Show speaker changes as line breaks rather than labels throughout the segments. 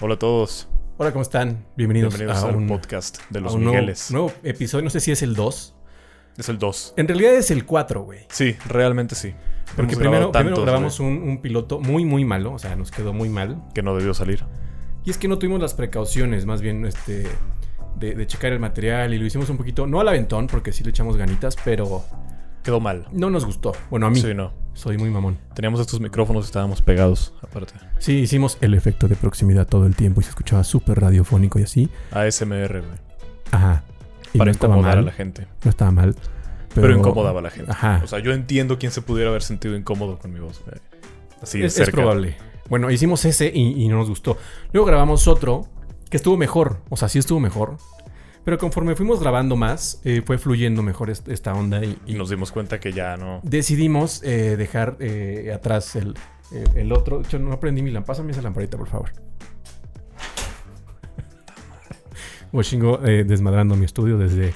Hola a todos.
Hola, ¿cómo están? Bienvenidos,
Bienvenidos
a,
al
un,
podcast de
a
los
un nuevo-
Migueles.
Nuevo, episodio, no sé si es el 2.
Es el 2.
En realidad es el 4, güey.
Sí, realmente sí.
Porque
Hemos
primero,
grabado
primero
tantos,
grabamos
güey,
un, un piloto muy, muy malo, o sea, nos quedó muy mal.
que no debió salir.
Y es que no tuvimos las precauciones, más bien, este, de, de checar el material y lo hicimos un poquito, no al aventón, porque sí le echamos ganitas, pero
Quedó mal.
no nos gustó. Bueno, a mí,
Sí, no.
soy muy mamón.
Teníamos estos micrófonos, estábamos pegados, aparte.
Sí, hicimos el efecto de proximidad todo el tiempo y se escuchaba súper radiofónico y así.
ASMR, güey.
Ajá. Y no
Para
estaba
incomodar a
mal.
la gente.
No estaba mal.
Pero, incomodaba a la gente.
Ajá.
O sea, yo entiendo quién se pudiera haber sentido incómodo con mi voz. güey. Así de
es, es
cerca.
probable. Bueno, hicimos ese y, y no nos gustó. Luego grabamos otro que estuvo mejor. O sea, sí estuvo mejor. Pero conforme fuimos grabando más, eh, fue fluyendo mejor est- esta onda y, y
Y nos dimos cuenta que ya no.
decidimos eh, dejar eh, atrás el, el- el otro. Yo no aprendí mi lámpara. Pásame esa lamparita, por favor. Washingo eh, desmadrando mi estudio desde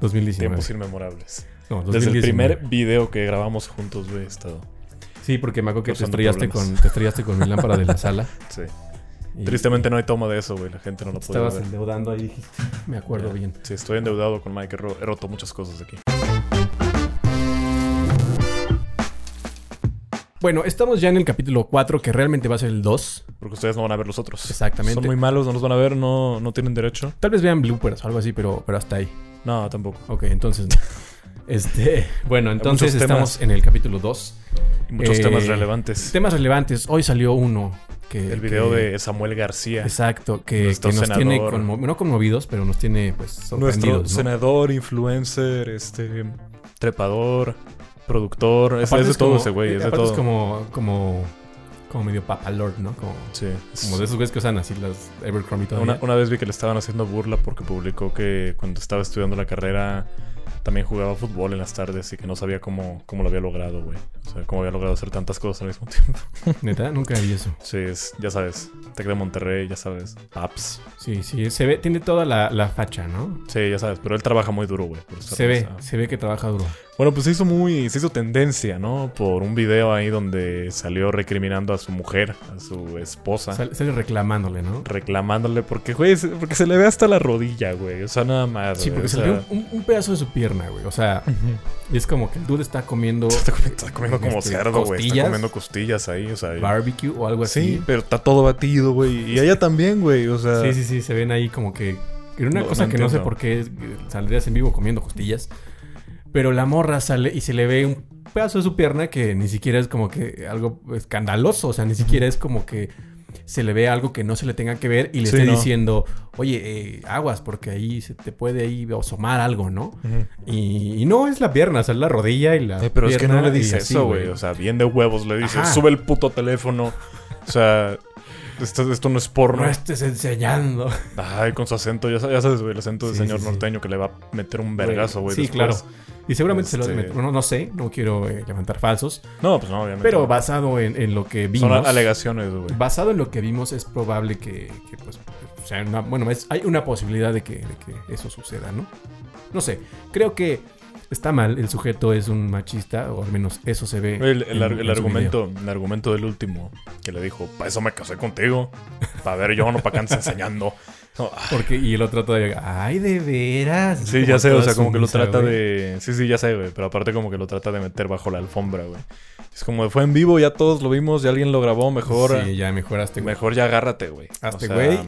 2019.
Tiempos inmemorables.
No,
Desde el
2019.
primer video que grabamos juntos, güey, he estado.
Sí, porque me acuerdo que te
causando
estrellaste,
problemas.
con, te estrellaste con mi lámpara de la sala.
Sí.
y-
Tristemente no hay toma de eso, güey. La gente no lo puede
Estabas
ver.
endeudando ahí, dijiste. Me acuerdo
Ya.
bien.
Sí, estoy endeudado con Mike. He ro- he roto muchas cosas aquí.
Bueno, estamos ya en el capítulo 4, que realmente va a ser el 2.
Porque ustedes no van a ver los otros.
Exactamente.
Son muy malos, no los van a ver, no, no tienen derecho.
Tal vez vean bloopers o algo así, pero, pero hasta ahí.
No, tampoco.
Ok, entonces. no. este, bueno, entonces
muchos
estamos
temas.
en el capítulo 2.
Y muchos
Eh,
temas relevantes.
Temas relevantes. Hoy salió uno que.
El video
que-
de Samuel García.
Exacto, que,
Nuestro
que nos tiene
senador.
conmo- no conmovidos, pero nos tiene pues
Nuestro
sorprendidos. ¿no?
senador, influencer, este trepador, productor. Es,
Aparte
es de todo
como-
ese güey,
eh,
es de
aparte
todo.
Es como, como, como medio papalord, ¿no? Como,
Sí, es-
como de esos güeyes que usan así las Evercrombie todavía.
una, una vez vi que le estaban haciendo burla porque publicó que cuando estaba estudiando la carrera también jugaba fútbol en las tardes y que no sabía cómo, cómo lo había logrado, güey. O sea, cómo había logrado hacer tantas cosas al mismo tiempo.
Neta, nunca vi eso.
Sí, es- ya sabes. Tec de Monterrey, ya sabes. Apps.
Sí, sí, se ve, tiene toda la, la facha, ¿no?
Sí, ya sabes, pero él trabaja muy duro, güey. por estar
Se ve,
organizado.
se ve que trabaja duro.
Bueno, pues se hizo muy, se hizo tendencia, ¿no? Por un video ahí donde salió recriminando a su mujer, a su esposa,
Sale, sale reclamándole, ¿no?
reclamándole porque, güey, se- porque se le ve hasta la rodilla, güey. O sea, nada más.
Sí,
güey,
porque
o
se
sea-
le ve un, un pedazo de su pierna, güey. O sea, y es como que el dude está comiendo
Está comiendo, está comiendo como
Este,
cerdo, güey. Está
costillas.
comiendo costillas ahí, o sea. y-
barbecue o algo así.
Sí, pero está todo batido, güey. Y ella también, güey. O sea,
Sí, sí, sí, se ven ahí como que. Era una
Ah. No,
cosa
no
que no sé
entiendo.
por qué saldrías en vivo comiendo costillas. Pero la morra sale y se le ve un pedazo de su pierna que ni siquiera es como que algo escandaloso. O sea, ni siquiera es como que se le ve algo que no se le tenga que ver y le
Sí,
esté
no.
diciendo, oye, eh, aguas, porque ahí se te puede ahí asomar algo, ¿no?
Ujú.
Y, y no es la pierna, o sea, es la rodilla y la.
Eh, pero es que no
pierna
le
y
dice
así,
eso, güey. O sea, bien de huevos le dice,
Ajá.
sube el puto teléfono. O sea, esto, esto no es porno.
no estés enseñando.
Ay, con su acento, ya sa- ya sabes, güey, el acento de
Sí,
señor
sí, sí.
norteño que le va a meter un vergazo, güey.
Sí,
después.
claro. Y seguramente se lo
Este-
meter- No, no sé, no quiero eh, levantar falsos.
No, pues no, obviamente.
Pero
no.
basado en, en lo que
Son
vimos.
a- alegaciones, güey.
Basado en lo que vimos, es probable que, que, pues, o sea, una- bueno, es- hay una posibilidad de que, de que eso suceda, ¿no? No sé, creo que está mal, el sujeto es un machista, o al menos eso se ve.
El, el
en-
ar- el
en su video.
argumento, el argumento del último que le dijo, para eso me casé contigo, para ver yo, no para que andes enseñando. No, ah,
Porque, y el otro todavía, ay, de veras.
sí,
Como
ya sé, o
toda
sea, como que lo
sumisa,
trata
güey.
de. Sí, sí, ya sé, güey, pero aparte, como que lo trata de meter bajo la alfombra, güey. Es como fue en vivo, ya todos lo vimos, ya alguien lo grabó, mejor.
Sí, ya mejoraste, güey.
Mejor ya agárrate, güey.
Hazte
O sea,
güey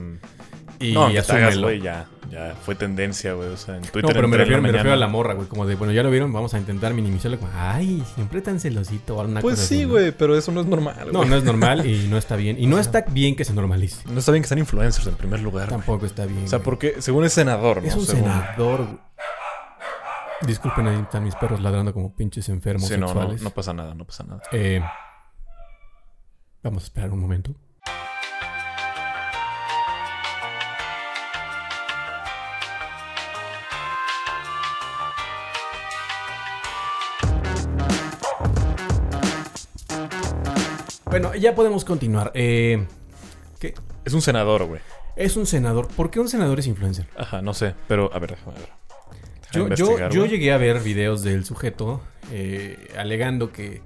Y
no, ya te hagas,
asúmelo.
güey, ya. Ya fue tendencia, güey. O sea, en Twitter.
No, pero
entré
me
en la
refiero, me refiero a
mañana.
la morra, güey. Como de, bueno, ya lo vieron, vamos a intentar minimizarlo. Como, ay, siempre tan celosito. o alguna
Pues
cosa
sí,
así, ¿no?
güey, pero eso no es normal,
No,
güey.
no es normal y no está bien. Y no está bien que se normalice.
No está bien que sean influencers en primer lugar. güey.
Tampoco está bien.
O sea,
güey.
porque según es senador, ¿no?
es un
Según-
senador. güey. Disculpen, ahí están mis perros ladrando como pinches enfermos
Sí, no, no,
sexuales.
no pasa nada, no pasa nada.
Eh, vamos a esperar un momento. Bueno, ya podemos continuar. Eh, ¿qué?
Es un senador, güey.
Es un senador. ¿Por qué un senador es influencer?
Ajá, no sé, pero a ver, déjame ver. Déjame
Yo, yo,
investigar,
yo
güey.
llegué a ver videos del sujeto eh, alegando que,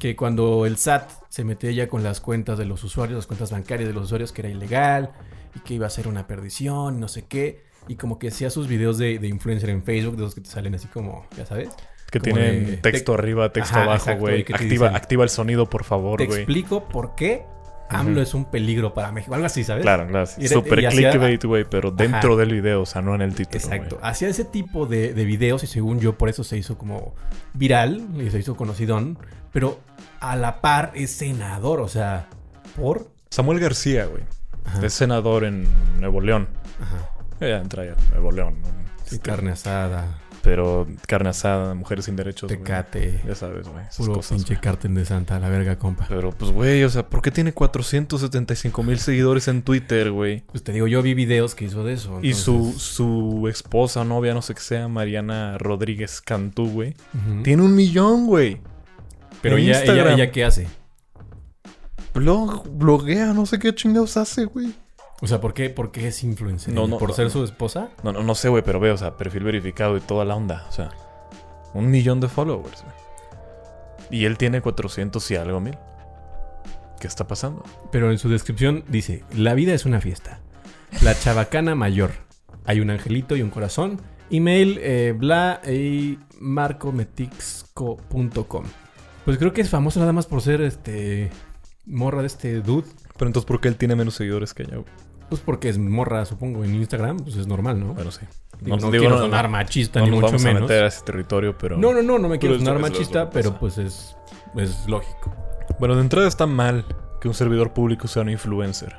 que cuando el SAT se metía ya con las cuentas de los usuarios, las cuentas bancarias de los usuarios, que era ilegal y que iba a ser una perdición, no sé qué. Y como que hacía sus videos de, de influencer en Facebook, de los que te salen así como, ya sabes.
Que
como
tienen
de-
texto
te-
arriba, texto
Ajá,
abajo,
exacto,
güey.
y que te
Activa,
dicen-
activa el sonido, por favor,
Te
güey.
explico por qué AMLO es un peligro para México. Algo así, ¿sabes?
Claro, claro.
Y era-
Super
y hacía-
clickbait, güey, pero dentro del video, o sea, no en el título.
Exacto.
güey.
Hacía ese tipo de, de videos y según yo por eso se hizo como viral y se hizo conocidón. Pero a la par es senador, o sea, por...
Samuel García, güey.
Ajá.
Es senador en Nuevo León. Eh,
Ajá.
Ya entra ya, Nuevo León. ¿no?
Sí,
Este,
carne asada,
Pero carne asada, mujeres sin derechos. güey.
tecate,
Ya sabes, güey. esas
puro
cosas,
pinche
güey.
cártel de Santa, la verga, compa.
Pero pues, güey, o sea, ¿por qué tiene 475 mil seguidores en Twitter, güey?
Pues te digo, yo vi videos que hizo de eso.
Y su,
entonces-
su esposa, novia, no sé qué sea, Mariana Rodríguez Cantú, güey.
Ujú.
Tiene un millón, güey.
Pero
en
ella, ella,
Instagram.
ella, ¿qué hace?
Blog, bloguea, no sé qué chingados hace, güey.
O sea, ¿por qué, por qué es influencer?
No, no,
¿Por
no,
ser
no.
su esposa?
No, no, no sé, güey, pero veo, o sea, perfil verificado y toda la onda. O sea, un millón de followers, güey. Y él tiene 400 y algo mil. ¿Qué está pasando?
Pero en su descripción dice, la vida es una fiesta. La chabacana mayor. Hay un angelito y un corazón. Email eh, bla y marcometixco.com. Pues creo que es famoso nada más por ser este morra de este dude.
Pero entonces, ¿por qué él tiene menos seguidores que ella, güey?
Pues porque es morra, supongo, en Instagram, pues es normal, ¿no?
Bueno, sí.
Digo, no
digo,
quiero
no-
sonar
no-
machista,
no
ni
nos
mucho
vamos a
menos.
meter a ese territorio, pero...
No, no, no, no me quiero
Pero
sonar
eso- eso es lo
machista,
que pasa.
pero pues es, es lógico.
Bueno, de entrada está mal que un servidor público sea un influencer.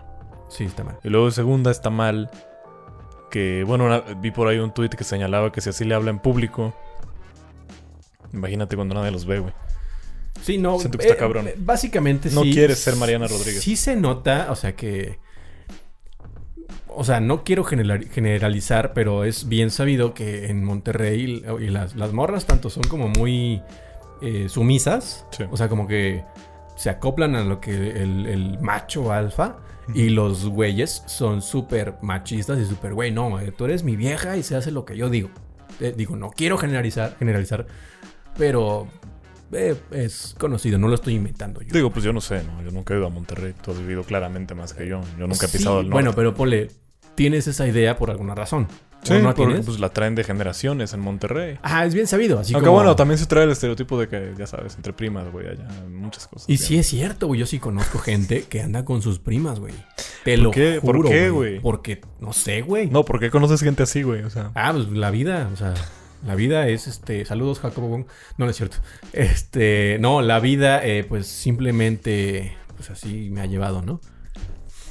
Sí, está mal.
Y luego de segunda está mal que, bueno, una- vi por ahí un tuit que señalaba que si así le habla en público, imagínate cuando nadie los ve, güey.
Sí, no. eh,
Siento que está cabrón.
Básicamente
No
sí-
quieres ser Mariana Rodríguez.
Sí se nota, o sea que. O sea, no quiero general- generalizar, pero es bien sabido que en Monterrey y y las, las morras tanto son como muy eh, sumisas.
Sí.
O sea, como que se acoplan a lo que el, el macho alfa. Y los güeyes son súper machistas y súper, güey, no, eh, tú eres mi vieja y se hace lo que yo digo. Eh, digo, no quiero generalizar, generalizar, pero eh, es conocido, no lo estoy inventando yo.
Digo, pues yo no sé, ¿no? Yo nunca he ido a Monterrey, tú has vivido claramente más que yo. Yo nunca he
Sí,
pisado el norte.
Bueno, pero ponle, tienes esa idea por alguna razón.
Sí,
¿O no la
porque,
tienes?
pues la traen de generaciones en Monterrey.
Ajá, es bien sabido. Así
Aunque
como-
bueno, también se trae el estereotipo de que, ya sabes, entre primas, güey, allá, muchas cosas.
Y
bien.
sí es cierto, güey. Yo sí conozco gente que anda con sus primas, güey. Te
¿Por
lo
qué? ¿Por
juro,
qué, güey?
Porque, no sé, güey.
No, ¿por qué conoces gente así, güey? O sea,
Ah, pues la vida, o sea, la vida es este. Saludos, Jacobo Wong. No, no es cierto. Este, no, la vida, eh, pues simplemente, pues así me ha llevado, ¿no?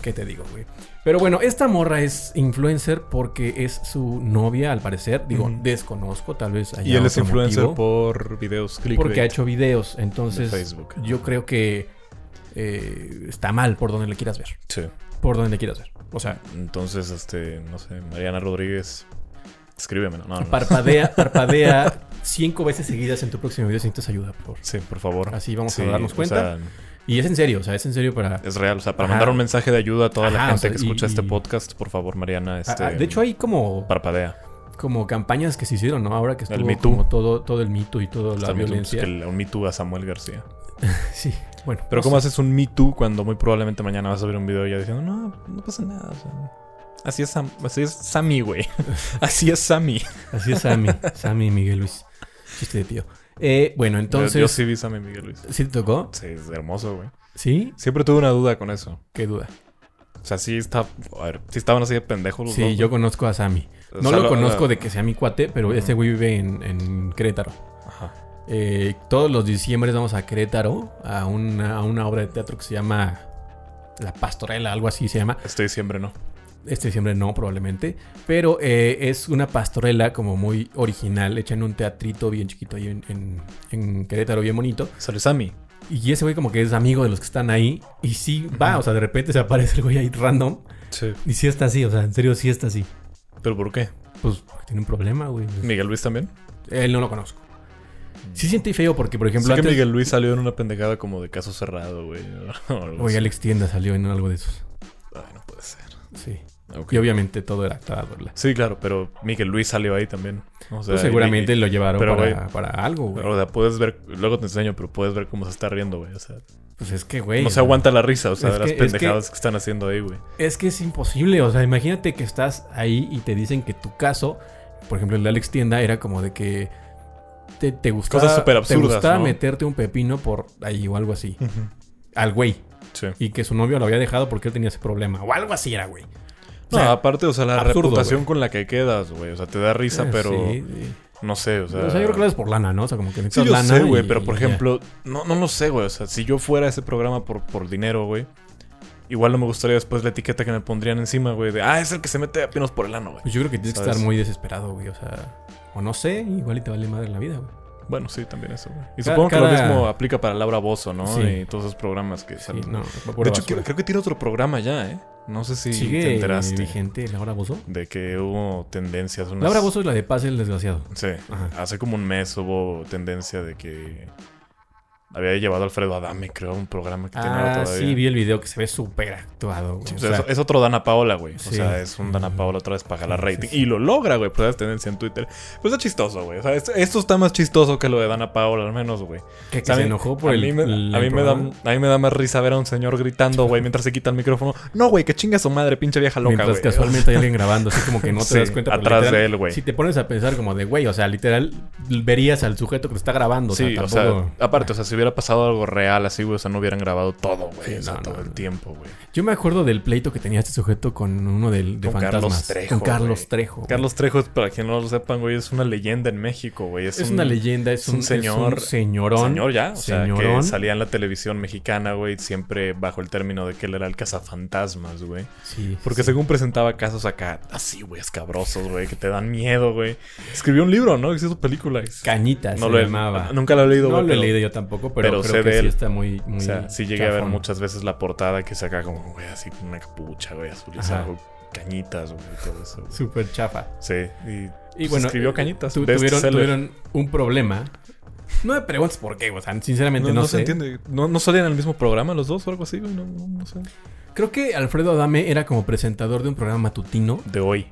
¿Qué te digo, güey? Pero bueno, esta morra es influencer porque es su novia, al parecer. Digo,
Ujú.
desconozco, tal vez. haya
y él es
otro
influencer
Ah, motivo,
por videos clickbait
porque ha hecho videos.
de
Entonces,
Facebook.
yo creo que eh, está mal por donde le quieras ver.
Sí.
Por donde le quieras ver. O sea,
Entonces, este, no sé, Mariana Rodríguez, escríbeme. No, no, no.
Parpadea, parpadea cinco veces seguidas en tu próximo video si necesitas ayuda, por favor.
Sí, por favor.
Así vamos
Sí,
a darnos
o sea,
cuenta. y es en serio, o sea, es en serio para...
es real. O sea, para
Ajá.
mandar un mensaje de ayuda a toda la
Ajá,
gente
o sea,
que
y-
escucha este
y-
podcast, por favor, Mariana, este,
Ah, ah, de hecho, hay como,
parpadea.
como campañas que se hicieron, ¿no? Ahora que
El
estuvo
Me Too.
como todo, todo el mito y toda la
Está Me Too, pues,
violencia.
que le- un Me Too a Samuel García.
Sí, bueno.
Pero
no
¿cómo
sé.
haces un Me Too cuando muy probablemente mañana vas a ver un video ya diciendo, no, no pasa nada? o sea, así es, Sam- así es Sammy, güey. así es Sammy.
Así es Sammy, Sammy y Miguel Luis. Chiste de tío. Eh, bueno, entonces...
Yo, yo sí vi Sammy Miguel Luis.
¿Sí te tocó?
Sí, es hermoso, güey.
¿Sí?
Siempre tuve una duda con eso.
Qué duda.
O sea, sí está. A ver, sí estaban así de pendejos los dos,
Sí, yo conozco a Sammy.
güey. O
No
sea,
lo conozco
la-
de que sea mi cuate, pero
Ujú.
este güey vive en, en Querétaro.
Ajá.
Eh, todos los diciembres vamos a Querétaro a una, a una obra de teatro que se llama La Pastorela, algo así se llama.
Este diciembre no.
Este diciembre no, probablemente. Pero eh, es una pastorela como muy original, hecha en un teatrito bien chiquito ahí en, en- en Querétaro, bien bonito.
Sale Sammy.
Y ese güey como que es amigo de los que están ahí. Y sí va, o sea, de repente se aparece el güey ahí random.
Sí.
Y sí está así, o sea, en serio sí está así.
¿Pero por qué?
Pues porque tiene un problema, güey.
¿Miguel Luis también?
Él no lo conozco. Sí sentí feo porque, por ejemplo,
Sé que
antes...
Miguel Luis salió en una pendejada como de caso cerrado, güey. o algo
Oye,
así.
Alex Tienda salió en algo de esos.
Ay, no puede ser.
Sí.
Ok. Pues
Y obviamente todo era Tadorla.
Sí, claro, pero Miguel Luis salió ahí también. O sea,
Pues seguramente
y-
lo llevaron
pero,
para, para algo,
y-
güey.
o sea, puedes ver, luego te enseño, pero puedes ver cómo se está riendo, güey. O sea,
Pues es que, güey.
no se aguanta la risa, o sea,
Es
de las
que- es que-
pendejadas que... están haciendo ahí, güey.
Es que es imposible. O sea, imagínate que estás ahí y te dicen que tu caso, por ejemplo, el de Alex Tienda era como de que te, te gustaba,
Cosas súper
te
absurdas,
gustaba
¿no?
meterte un pepino por ahí o algo así. Al güey.
Sí.
Y que su novio lo había dejado porque él tenía ese problema. O algo así era, güey. O
No,
sea,
aparte, o sea, la
absurdo,
reputación
güey.
con la que quedas, güey. O sea, te da risa,
eh,
pero
sí, sí.
no sé, o sea.
O sea, yo creo que lo es por lana, ¿no? O sea, como que
Sí,
necesitas
yo
lana.
sé, güey,
y-
pero por
y ya.
ejemplo, no, no lo sé, güey. O sea, si yo fuera a ese programa por, por dinero, güey, igual no me gustaría después la etiqueta que me pondrían encima, güey, de, ah, es el que se mete apenas por el ano, güey.
Pues yo creo que tienes que
¿Sabes?
estar muy desesperado, güey. O sea, o no sé, igual y te vale madre la vida, güey.
Bueno, sí, también eso, güey. Y
Ca-
supongo que
cada-
lo mismo aplica para Laura Bozo, ¿no?
Sí.
Y todos esos programas que
Sí,
salen.
no.
de
pura
hecho,
basura.
creo, creo que tiene otro programa ya, ¿eh? No sé si te
sigue
enteraste
vigente Laura Bozo.
de que hubo tendencias. Unas...
Laura Bozo es la de Paz el desgraciado.
Sí.
Ajá.
Hace como un mes hubo tendencia de que había llevado a Alfredo Adame, creo, a un programa que tenía
Ah,
todavía.
sí, vi el video que se ve súper actuado, güey.
Sí,
O
o sea,
sea,
es, es otro Dana Paola, güey. O
Sí. Mm.
sea, es un Dana Paola otra vez para jalar
Sí, sí,
rating.
sí.
Y lo logra, güey. Pues es tendencia en Twitter. Pues es chistoso, güey. O sea, es- esto está más chistoso que lo de Dana Paola, al menos, güey.
que, que
O sea, a
se
mí-
enojó por
a
el.
Mí me,
el-
a, mí
el
me da,
programa.
a mí me da más risa ver a un señor gritando, güey, mientras se quita el micrófono. No, güey, que chinga su madre, pinche vieja loca,
Mientras
güey.
casualmente hay alguien grabando, así como que no te
Sí,
das cuenta. pero
atrás
literal,
de él, güey.
Si te pones a pensar como de, güey, o sea, literal, verías al sujeto que te está grabando.
Sí,
o
o
sea,
sea,
tampoco-
aparte, o sea, si hubiera pasado algo real así, güey, o sea, no hubieran grabado todo, güey.
Sí,
o sea,
no, no,
todo
no.
el tiempo, güey.
Yo me acuerdo del pleito que tenía este sujeto con uno del, de
Con Carlos
fantasmas.
Trejo,
Con Carlos
güey.
Trejo. güey.
Carlos Trejo, para quien no lo sepan, güey, es una leyenda en México, güey.
es, una
un-
leyenda, es,
es un
un,
señor-
es un señorón.
Señor ya, o sea, que
Señorón.
salía en la televisión mexicana, güey, siempre bajo el término de que él era el cazafantasmas, güey.
Sí,
Porque
sí.
según presentaba casos acá, así, güey, escabrosos, güey, que te dan miedo, güey. Escribió un libro, ¿no? Hizo película.
Cañitas
No
se
lo he-
llamaba.
Nunca lo he leído,
No
güey,
lo he
pero-
leído yo tampoco, pero,
pero sé
creo que
de
sí
él.
está muy, muy
O sea, sí llegué a ver
chafón.
muchas veces la portada que saca como, güey, así con una capucha, güey, azulizada,
Ajá.
güey, cañitas, güey, y todo eso. güey.
Súper chafa.
Sí, y,
Y
pues,
bueno, eh,
escribió cañitas.
tu- tuvieron,
bestseller.
tuvieron un problema. No me preguntes por qué, o sea, sinceramente
No,
no,
no
sé.
se entiende. ¿No, ¿No salían en el mismo programa los dos o algo así, güey? No, no, no sé.
Creo que Alfredo Adame era como presentador de un programa matutino.
De hoy.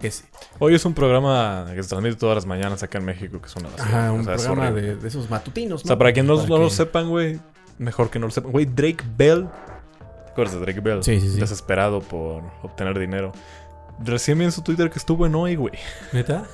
Ese.
Hoy es un programa que se transmite todas las mañanas acá en México, que es una basura.
Ajá, un
O sea, es
programa
horrible.
de, de esos matutinos.
O sea, para quien no, no lo
que-
sepan, güey, mejor que no lo sepan. Güey, Drake Bell. ¿Te acuerdas de Drake Bell?
Sí, sí, sí.
Desesperado por obtener dinero. Recién vi en su Twitter que estuvo en hoy, güey.
¿Neta?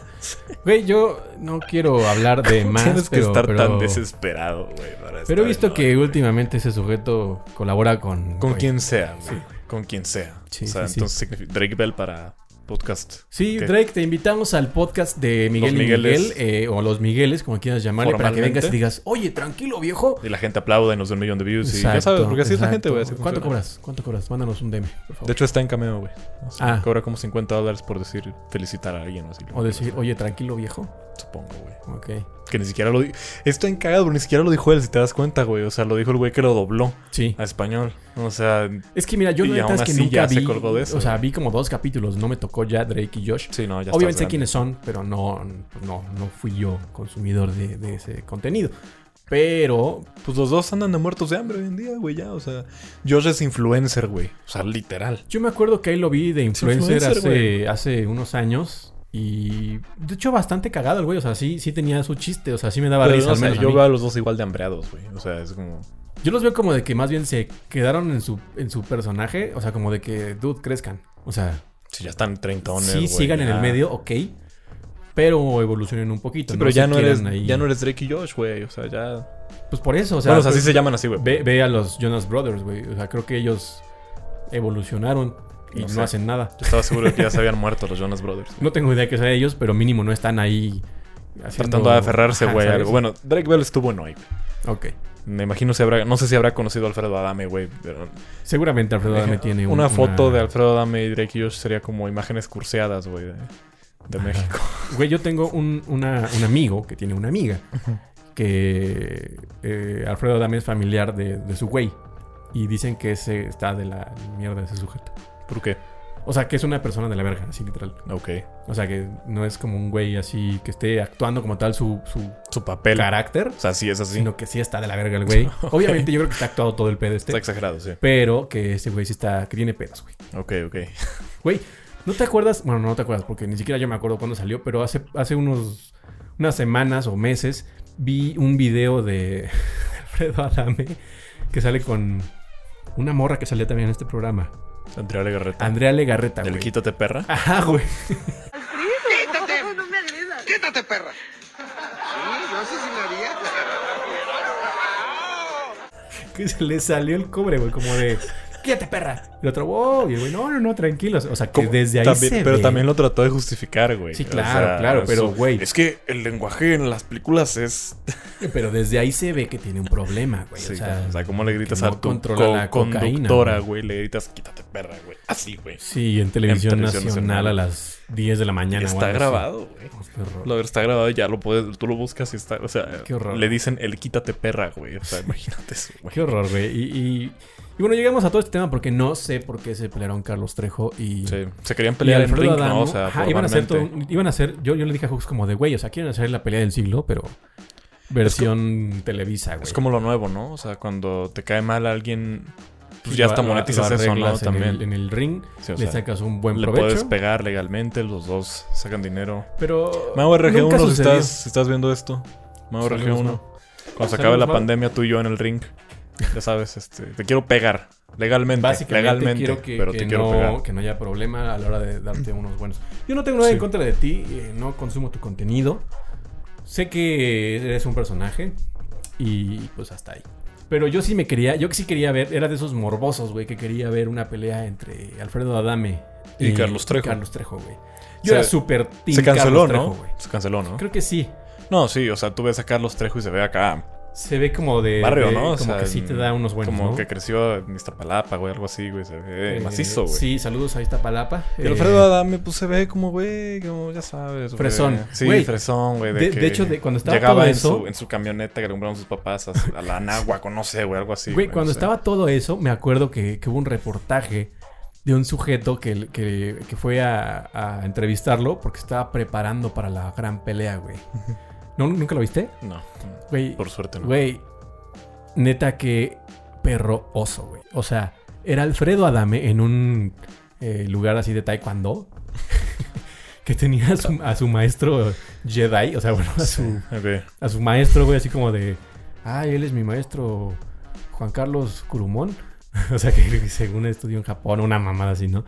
Güey, yo no quiero hablar de más.
Tienes que
pero-
estar
pero-
tan desesperado, güey. para estar
Pero he visto
en
que
hoy, güey.
últimamente ese sujeto colabora con.
Con
güey.
quien sea, güey. Con quien sea.
Sí,
o sea,
sí, sí.
entonces significa Drake Bell para podcast.
Sí,
¿Qué?
Drake, te invitamos al podcast de Miguel
Los
y Miguel,
Migueles.
eh, o Los Migueles, como quieras llamarle, para que
Formalmente.
vengas y digas, oye, tranquilo, viejo.
Y la gente aplauda y nos da un millón de views. y ya sabes,
Exacto,
porque así es la
exacto.
gente, güey. así
¿Cuánto
funciona.
cobras? ¿Cuánto cobras? Mándanos un DM, por favor.
De hecho, está en cameo, güey. O sea,
Ah.
Cobra como 50 dólares por decir felicitar a alguien o así.
o decir, oye, tranquilo, viejo.
Supongo, güey.
Ok.
Que ni siquiera lo dijo. Está en cagado, pero ni siquiera lo dijo él, si te das cuenta, güey. O sea, lo dijo el güey que lo dobló
Sí.
a español. O sea,
Es que mira, yo
Ah, Y
la neta
aún
es que
así
nunca
ya se
vi.
colgó de eso,
o sea, vi como dos capítulos. No me tocó ya Drake y Josh.
sí, no, ya
Obviamente sé
estás grande.
quiénes son, pero no, no, no fui yo consumidor de, de ese contenido. Pero
Pues los dos andan de muertos de hambre hoy en día, güey, ya. O sea, Josh es influencer, güey. O sea, literal.
Yo me acuerdo que ahí lo vi de influencer,
influencer, güey.
hace, hace unos años. Y de hecho, bastante cagado el güey. O sea, sí, sí tenía su chiste. O sea, sí me daba
Pero,
risa.
no
al
sé,
menos a mí.
yo
yo,
veo a los dos igual de hambreados, güey. O sea, es como.
los veo como de que más bien se quedaron en su, en su personaje. O sea, como de que, dude, crezcan. O sea,
Si ya están treintones.
sí
güey,
sigan en
ya.
el medio, ok. Pero evolucionen un poquito.
Sí, pero ya,
Se
no
quedan
eres,
ahí.
ya no eres Drake y Josh, güey. O sea, ya.
Pues por eso, o sea.
bueno, o sea, así
pues,
se llaman así, güey.
ve, ve a los Jonas Brothers, güey. O sea, creo que ellos evolucionaron y
No
no,
sé.
hacen nada.
Yo estaba seguro de que ya se habían muerto los Jonas Brothers.
No tengo idea que sea ellos, pero mínimo no están ahí haciendo-
Tratando de aferrarse,
Ajá,
güey. a
¿sabes?
algo. Bueno, Drake Bell estuvo en hoy. güey.
Ok.
Me imagino si habrá. No sé si habrá conocido a Alfredo Adame, güey. Pero
Seguramente Alfredo Adame tiene un-
una foto de Alfredo Adame y Drake y Josh sería como imágenes curseadas, güey, de, de México.
Güey, yo tengo un, una- un amigo que tiene una amiga que eh, Alfredo Adame es familiar de, de su güey. Y dicen que ese está de la mierda de ese sujeto.
¿Por qué?
O sea, que es una persona de la verga, así literal.
Ok.
O sea, que no es como un güey así que esté actuando como tal su, su
Su papel.
carácter,
O sea, sí es así.
sino que sí está de la verga el güey. Obviamente yo creo que está actuado todo el pedo este.
Está exagerado, sí.
Pero que este güey sí está, que tiene pedos, güey.
Ok, ok.
Güey, ¿no te acuerdas? Bueno, no te acuerdas porque ni siquiera yo me acuerdo cuándo salió, pero hace, hace unos, unas semanas o meses vi un video de Alfredo Adame que sale con una morra que salía también en este programa.
Andrea Legarreta.
Andrea Legarreta,
Del
Ah, güey.
Quítate Perra.
Ajá, güey.
Quítate.
No me agredas.
Quítate, perra. Sí, yo sí sí lo haría.
Que se le salió el cobre, güey, como de... ¡Quítate, perra! Y el otro, wow, y el güey, no, no, no, tranquilos. O sea, que
Como-
desde ahí
también-
se
Pero
ve.
también lo trató de justificar, güey.
Sí, claro, claro,
su-
pero, güey.
Es que el lenguaje en las películas es.
Pero desde ahí se ve que tiene un problema, güey.
Sí,
o sea,
¿cómo le gritas
que
a
no
tu
controla la cocaína,
conductora,
güey?
güey? Le gritas, quítate perra, güey. Así, güey.
sí, en televisión,
televisión
nacional
nacional.
a las 10 de la mañana. o
Está
algo así.
grabado, güey.
Oh, qué horror.
Lo está grabado y ya lo puedes, tú lo buscas y está, o sea,
Qué horror.
le dicen el quítate perra, güey. O sea, imagínate eso, güey.
Qué horror, güey. Y, y- y bueno, llegamos a todo este tema porque no sé por qué se pelearon Carlos Trejo y.
Sí, se querían
y
pelear en
Alfredo
ring,
Adamo.
¿no? O sea,
Ajá, iban a hacer todo
formalmente.
un- iban a hacer, yo, yo le dije a Hux como de, güey, o sea, quieren hacer la pelea del siglo, pero versión Televisa, güey.
Es como lo nuevo, ¿no? O sea, cuando te cae mal alguien, pues
Y
ya
lo-
hasta
lo-
monetizas
lo
eso, ¿no?
arreglas En
También.
el, en el ring
Sí, o
le
sea,
sacas un buen
le
provecho.
puedes pegar legalmente, los dos sacan dinero.
pero.
Mau
nunca
RG1, si
sucedió.
estás, si estás viendo esto. Mau
Saludos,
RG1.
Mau.
Cuando se
Saludos,
acabe la
Mau.
pandemia, tú y yo en el ring. Ya sabes, este, te quiero pegar. Legalmente.
Básicamente
legalmente,
quiero que,
pero
que
te
no,
quiero pegar.
que no haya problema a la hora de darte unos buenos. Yo no tengo nada en
Sí.
contra de ti, eh, no consumo tu contenido. Sé que eres un personaje y pues hasta ahí. Pero yo sí me quería, yo sí quería ver, era de esos morbosos, güey, que quería ver una pelea entre Alfredo Adame
Y Carlos Trejo.
Carlos Trejo, güey. Yo
Se-
era súper team
Se canceló,
Carlos
¿no?
Trejo, güey.
se canceló, ¿no?
Creo que sí.
No, sí, o sea, tú ves a Carlos Trejo y se ve acá.
Se ve como de.
barrio,
de-
¿no? O
Como
sea,
que sí te da unos buenos.
Como
¿no?
que creció en Iztapalapa, güey, algo así, güey. Se ve
Eh,
macizo, güey.
Sí, saludos a Iztapalapa.
Y
Eh,
Alfredo Adame, pues se ve como, güey, como ya sabes. güey.
Fresón.
Sí,
Güey,
fresón, güey.
de-
que
de hecho, de- cuando estaba
Llegaba
todo
en,
eso-
su, en su camioneta que le compraron sus papás a, a la náhuac, o no sé, güey, algo así.
Güey, cuando
o sea.
estaba todo eso, me acuerdo que, que hubo un reportaje de un sujeto que, que- que fue a, a entrevistarlo porque estaba preparando para la gran pelea, güey. ¿No, ¿Nunca lo viste?
No,
Güey,
por suerte no.
güey, neta que perro oso, güey. O sea, era Alfredo Adame en un eh, lugar así de taekwondo que tenía a su, a su maestro Jedi, o sea, bueno, a su
Ok.
a su maestro, güey, así como de, ah, él es mi maestro Juan Carlos Curumón. o sea, que según estudió en Japón, una mamada así, ¿no?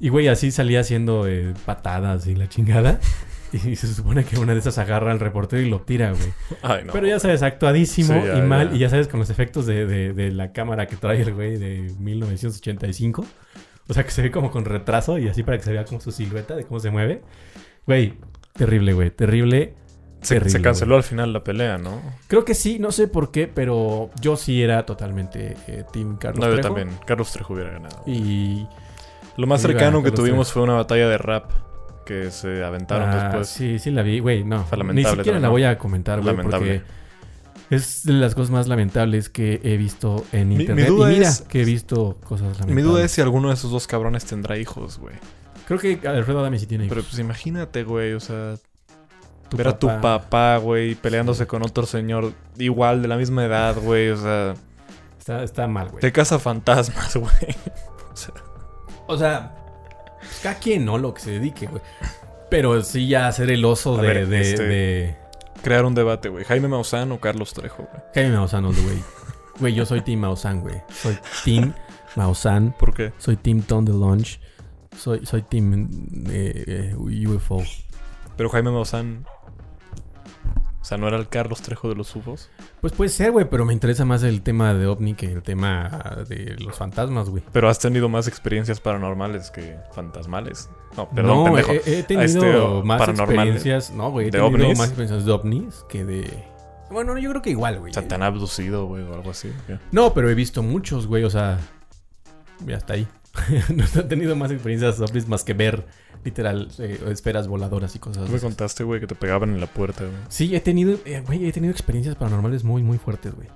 Y, güey, así salía haciendo eh, patadas y la chingada. Y se supone que una de esas agarra al reportero y lo tira, güey.
Ay, no.
Pero ya sabes, actuadísimo
Sí, ya,
y mal.
ya.
Y ya sabes, con los efectos de, de- de la cámara que trae el güey de 1985. O sea, que se ve como con retraso y así para que se vea como su silueta de cómo se mueve. Güey, terrible, güey. Terrible,
se, se
terrible,
canceló al final la pelea, ¿no?
Creo que sí, no sé por qué, pero yo sí era totalmente eh, Team Carlos
No, yo
Trejo.
también. Carlos Trejo hubiera ganado.
Y
Lo más
Iba
cercano que
Carlos
tuvimos
Trejo.
fue una batalla de rap que se aventaron
ah,
después.
sí, sí la vi, güey,
Fue
no. Ni
pues, lamentable
siquiera
también,
la
¿no?
voy a comentar, güey, porque
Lamentable.
es de las cosas más lamentables que he visto en
Mi- mi
internet.
duda
y mira
es-
que he visto cosas lamentables.
Mi duda es si alguno de esos dos cabrones tendrá hijos, güey.
Creo que Alfredo Adame sí tiene hijos.
Pero pues imagínate, güey, o sea,
Tu
ver a tu papá, güey, peleándose con otro señor igual, de la misma edad, güey, o sea,
Está, está mal, güey.
te casa fantasmas, güey.
O sea, pues, cada quien, ¿no? Lo que se dedique, güey. Pero sí ya hacer el oso
A
de,
ver,
de,
este-
de
Crear un debate, güey. Jaime Maussan o Carlos Trejo, güey.
Jaime Maussan, old güey. Güey, yo soy Team Maussan, güey. Soy Team Maussan.
¿Por qué?
Soy Team Tom de Launch. Soy, soy Team eh, eh, UFO.
Pero Jaime Maussan... O sea, ¿no era el Carlos Trejo de los UFOs?
Pues puede ser, güey, pero me interesa más el tema de OVNI que el tema de los fantasmas, güey.
Pero has tenido más experiencias paranormales que fantasmales. No, eh, perdón,
no,
pendejo.
He, he tenido
Este,
más
paranormal.
experiencias. No, güey, he
¿De
tenido
ovnis?
más experiencias de ovnis que de. Bueno, yo creo que igual, güey.
O sea, te han abducido, güey, o algo así. ¿qué?
No, pero he visto muchos, güey, o sea. Ya está ahí. no he tenido más experiencias ovnis más que ver, literal, eh, esferas voladoras y cosas
Tú me contaste, güey, que te pegaban en la puerta, güey.
Sí, he tenido, eh, güey, he tenido experiencias paranormales muy, muy fuertes, güey.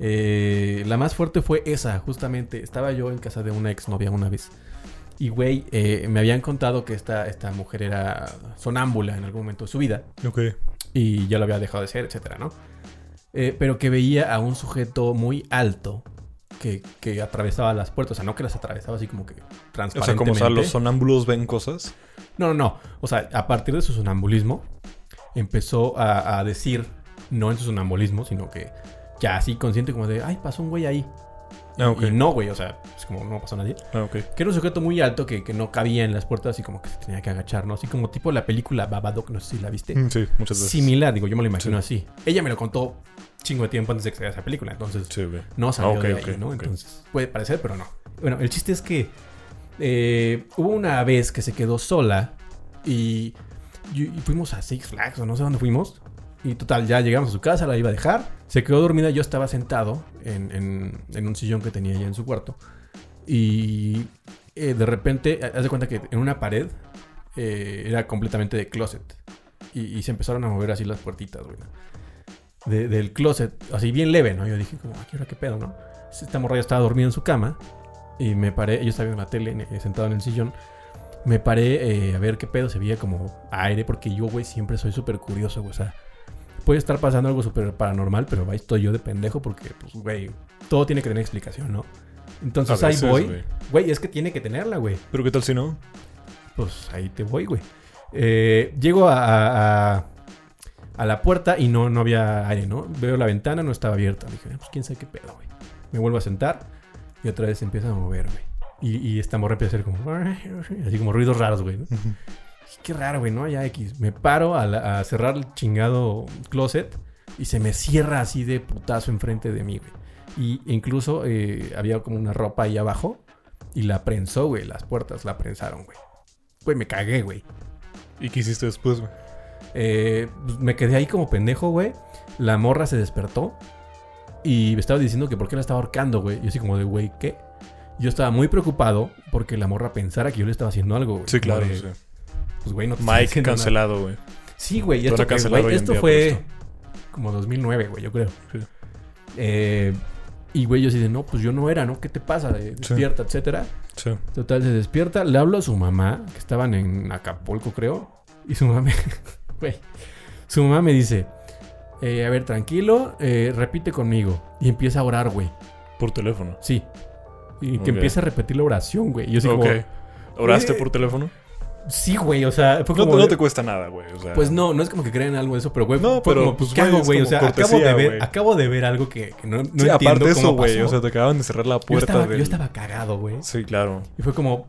Eh, la más fuerte fue esa, justamente. Estaba yo en casa de una exnovia una vez. Y, güey, eh, me habían contado que esta, esta mujer era sonámbula en algún momento de su vida.
Ok.
y ya lo había dejado de ser, etcétera, ¿no? Eh, pero que veía a un sujeto muy alto que, que atravesaba las puertas, o sea, no que las atravesaba así como que
O sea, como
transparentemente.
o sea, los sonámbulos ven cosas.
No, no, no. O sea, a partir de su sonambulismo empezó a, a decir, no en su sonambulismo, sino que ya así consciente como de, ay, pasó un güey ahí.
Ah, ok.
Y no, güey, o sea, es como no pasó nadie.
Ah, ok.
Que era un sujeto muy alto que, que no cabía en las puertas y como que se tenía que agachar, ¿no? Así como tipo la película Babadook, no sé si la viste
Mm, Sí, muchas veces.
similar, digo, yo me lo imagino así. Ella me lo contó chingo de tiempo antes de que saliera esa película, entonces
Sí, güey.
no salió
Ah, ok,
de ahí,
ok,
¿no?
ok.
Entonces puede parecer, pero no. Bueno, el chiste es que eh, hubo una vez que se quedó sola y, y- y fuimos a Six Flags o no sé dónde fuimos. Y total, ya llegamos a su casa, la iba a dejar. Se quedó dormida, yo estaba sentado en, en- en un sillón que tenía allá en su cuarto. Y eh, de repente, ha- haz de cuenta que en una pared eh, era completamente de closet. Y, y se empezaron a mover así las puertitas, güey. de- del closet, así bien leve, ¿no? Yo dije, como, ¿a qué hora qué pedo, no? Este, Esta morra ya estaba dormida en su cama. Y me paré, yo estaba viendo la tele en- eh, sentado en el sillón. Me paré eh, a ver qué pedo se veía como aire, porque yo, güey, siempre soy súper curioso, güey. O sea, puede estar pasando algo súper paranormal, pero ahí estoy yo de pendejo, porque, pues, güey, todo tiene que tener explicación, ¿no? Entonces
A
ahí
veces,
voy.
güey.
Güey, es que tiene que tenerla, güey
Pero qué tal si no?
pues ahí te voy, güey. Eh, llego a, a- a- a la puerta y no, no había aire, ¿no? Veo la ventana, no estaba abierta. Dije, pues quién sabe qué pedo, güey. Me vuelvo a sentar y otra vez se empieza a mover, güey. Y, y esta morra empieza a hacer como... Así como ruidos raros, güey. ¿no? Dije, Qué raro, güey, ¿no? Ya X. Me paro a, la- a cerrar el chingado closet y se me cierra así de putazo enfrente de mí, güey. Y incluso eh, había como una ropa ahí abajo y la prensó, güey. Las puertas la prensaron, güey. Güey, me cagué, güey.
¿Y qué hiciste después, güey?
Eh, pues, me quedé ahí como pendejo, güey. La morra se despertó y me estaba diciendo que por qué la estaba ahorcando, güey. Yo así como de, güey, ¿qué? Yo estaba muy preocupado porque la morra pensara que yo le estaba haciendo algo, güey.
Sí,
Como
claro.
de,
sí.
Pues, güey, no te estoy
Mike
haciendo nada".
cancelado, güey.
Sí, güey.
Te van
Esto,
a
que,
cancelar
güey,
hoy en
esto
día por
fue
esto.
como 2009, güey, yo creo.
Sí.
Eh, y, güey, yo así de, no, pues yo no era, ¿no? ¿Qué te pasa? Eh, Despierta, etcétera.
Sí.
Total, se despierta, le hablo a su mamá, que estaban en Acapulco, creo. Y su mamá me, güey, su mamá me dice, eh, a ver, tranquilo, eh, repite conmigo. Y empieza a orar, güey.
Por teléfono.
Sí. Y que
Ok.
empieza a repetir la oración, güey. Y yo así
ok. ¿Oraste
Eh,
por teléfono?
como, sí, güey, o sea, fue
No,
como...
te- no te cuesta nada, güey. O sea,
pues no, no es como que crean algo de eso, pero güey,
No,
fue
pero,
como,
pues,
¿qué
güey,
hago,
es
güey? O
como
sea, acabo
cortesía,
de, ver,
güey.
acabo de ver algo que, que no, no
sí,
entiendo
aparte de eso,
cómo
güey.
pasó.
O sea, te acababan de cerrar la
yo,
puerta
estaba,
del-
yo estaba cagado, güey.
Sí, claro.
Y fue como,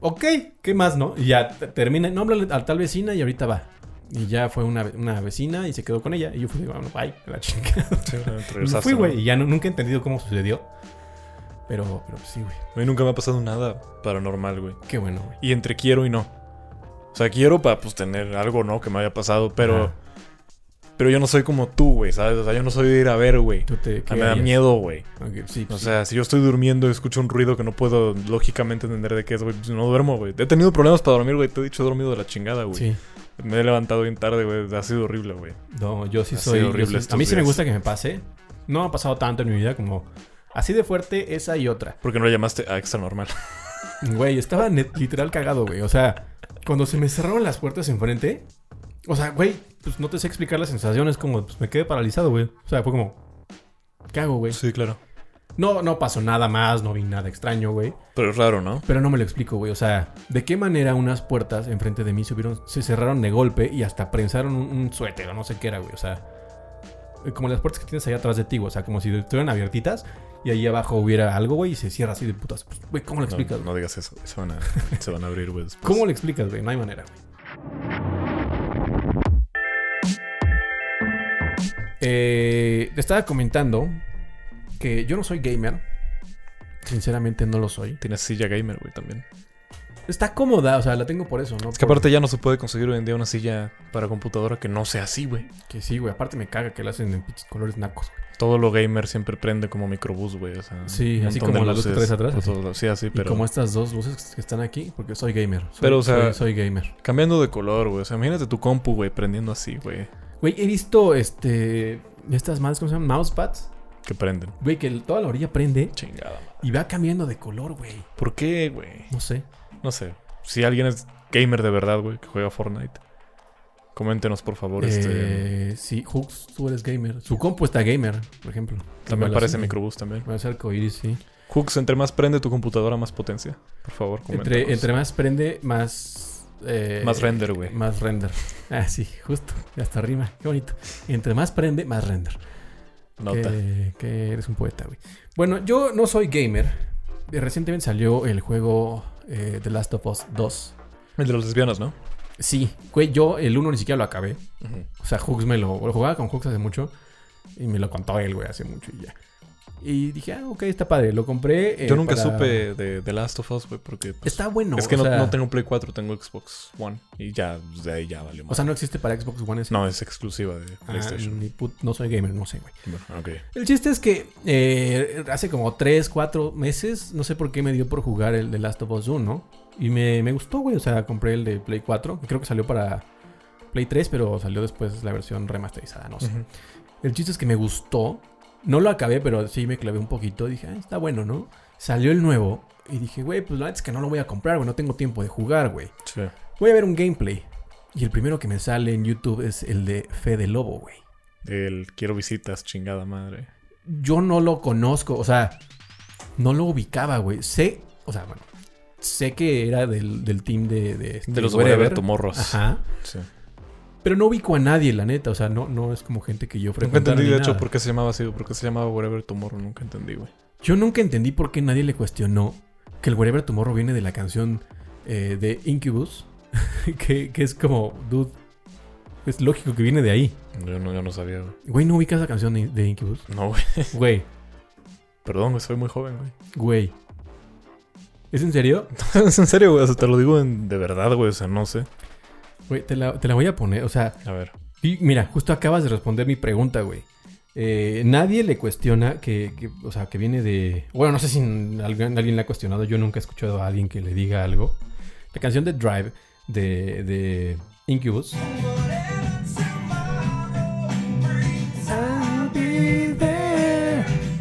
ok, ¿qué más, no? Y ya t- termina, no háblale a tal vecina y ahorita va. Y ya fue una, ve- una vecina y se quedó con ella. Y yo fui, bueno, bye, a la chingada.
Sí,
Y
regresaste,
Me fui,
¿no?
güey, y ya no- nunca he entendido cómo sucedió. Pero, pero sí, güey.
A mí nunca me ha pasado nada paranormal, güey.
Qué bueno, güey.
Y entre quiero y no. O sea, quiero para pues tener algo, ¿no? Que me haya pasado, pero.
Ajá.
Pero yo no soy como tú, güey, ¿sabes? O sea, yo no soy de ir a ver, güey.
Tú te,
O sea,
¿qué
Ah, me da
harías?
miedo, güey.
Ok, sí,
O
sí.
sea, si yo estoy durmiendo y escucho un ruido que no puedo lógicamente entender de qué es, güey, pues no duermo, güey. He tenido problemas para dormir, güey. Te he dicho he dormido de la chingada, güey.
Sí.
Me he levantado bien tarde, güey. Ha sido horrible, güey.
No, yo sí
Ha
soy.
sido
yo
horrible
sí- a
estos
mí sí me
días.
gusta que me pase. No ha pasado tanto en mi vida como así de fuerte esa y otra.
Porque no le llamaste a extra normal.
Güey, estaba net- literal cagado, güey. O sea, cuando se me cerraron las puertas enfrente, o sea, güey, pues no te sé explicar las sensaciones, como pues me quedé paralizado, güey. O sea, fue como, ¿qué hago, güey?
Sí, claro.
No, no pasó nada más, no vi nada extraño, güey.
Pero es raro, ¿no?
Pero no me lo explico, güey. O sea, ¿de qué manera unas puertas enfrente de mí se, hubieron- se cerraron de golpe y hasta prensaron un, un suéter o no sé qué era, güey? O sea, eh, como las puertas que tienes ahí atrás de ti, güey. O sea, como si estuvieran abiertitas y ahí abajo hubiera algo, güey, y se cierra así de putas. Pues, güey, ¿cómo lo
No,
explicas? güey?
no digas eso. güey. Se van a, se van a abrir, güey. después.
¿Cómo le explicas, güey? No hay manera, güey. Eh, te estaba comentando que yo no soy gamer. Sinceramente no lo soy.
Tienes silla gamer, güey, también.
Está cómoda, o sea, la tengo por eso, ¿no?
Es que
Por-
aparte ya no se puede conseguir hoy en día una silla para computadora que no sea así, güey.
Que sí, güey. Aparte me caga que la hacen en pinches colores nacos, güey.
Todo lo gamer siempre prende como microbús, güey. O sea,
Sí,
un
así
montón de
como la luz que
luces
traes atrás,
por
así.
todos lados. Sí, así,
Y
pero...
como estas dos luces que están aquí, porque soy gamer. Soy-
Pero, o sea-
Soy, soy gamer.
Cambiando de color, güey. O sea, imagínate tu compu, güey, prendiendo así, güey.
Güey, he visto, este... Estas madres, ¿cómo se llaman? Mousepads.
Que prenden.
Güey, que el- toda la orilla prende
Chingada, madre.
y va cambiando de color, güey.
¿Por qué, güey?
No sé.
No sé. Si alguien es gamer de verdad, güey, que juega Fortnite, coméntenos, por favor. este,
Eh, Sí, Hooks, tú eres gamer. Su compu está gamer, por ejemplo.
también
Igual
parece
así.
microbús también.
Parece arcoíris, sí.
Hooks, entre más prende tu computadora, más potencia. Por favor, coméntanos.
Entre, entre más prende, más. eh,
Más render, güey.
Más render. Ah, sí, justo. Hasta rima. Qué bonito. Entre más prende, más render.
Nota.
Que, que eres un poeta, güey. Bueno, yo no soy gamer. Eh, Recientemente salió el juego eh, The Last of Us 2.
El de los lesbianos, ¿no?
Sí, güey, yo el 1 ni siquiera lo acabé. O sea, Hooks me lo, lo jugaba con Hooks hace mucho. Y me lo contó él, güey, hace mucho y ya. Y dije, ah, ok, está padre. Lo compré. eh,
Yo nunca
para-
supe de The Last of Us, güey, porque... pues,
Está bueno.
es que
o
no,
sea-
no tengo Play 4, tengo Xbox One. Y ya, de ahí ya valió
O
más.
sea, no existe para Xbox One ese.
no, es exclusiva de
Ah,
PlayStation.
ni put- no soy gamer, no sé, güey.
Bueno, ok.
El chiste es que eh, hace como 3, 4 meses, no sé por qué me dio por jugar el de Last of Us 1. Y me, me gustó, güey. O sea, compré el de Play 4. Creo que salió para Play 3, pero salió después la versión remasterizada, no sé.
Ujú.
El chiste es que me gustó. No lo acabé, pero sí me clavé un poquito. Dije, ah, está bueno, ¿no? Salió el nuevo. Y dije, güey, pues la neta es que no lo voy a comprar, güey. No tengo tiempo de jugar, güey.
Sí.
Voy a ver un gameplay. Y el primero que me sale en YouTube es el de Fede Lobo, güey.
El quiero visitas, chingada madre.
Yo no lo conozco, o sea, no lo ubicaba, güey. Sé, o sea, bueno, sé que era del, del team de... De, este,
De los
Whatever.
Whatever Tomorrows.
Ajá.
Sí.
Pero no ubico a nadie, la neta. O sea, no, no es como gente que yo
Nunca
frecuentara
entendí,
ni
de hecho,
nada.
por qué se llamaba así, por qué se llamaba Whatever Tomorrow. Nunca entendí, güey.
Yo nunca entendí por qué nadie le cuestionó que el Wherever Tomorrow viene de la canción eh, de Incubus. que, que es como, dude, es lógico que viene de ahí.
Yo no, yo no sabía, güey.
Güey, ¿no ubicas la canción de, de Incubus?
No, güey.
Güey,
Perdón, güey, soy muy joven, güey.
güey. ¿Es en serio?
Es en serio, güey. O sea, te lo digo en- de verdad, güey. O sea, no sé.
Güey, te la, te la voy a poner. O sea,
A ver.
y mira, justo acabas de responder mi pregunta, güey. Eh, nadie le cuestiona que, que, o sea, que viene de... Bueno, no sé si alguien, alguien la ha cuestionado. Yo nunca he escuchado a alguien que le diga algo. La canción de Drive de, de Incubus.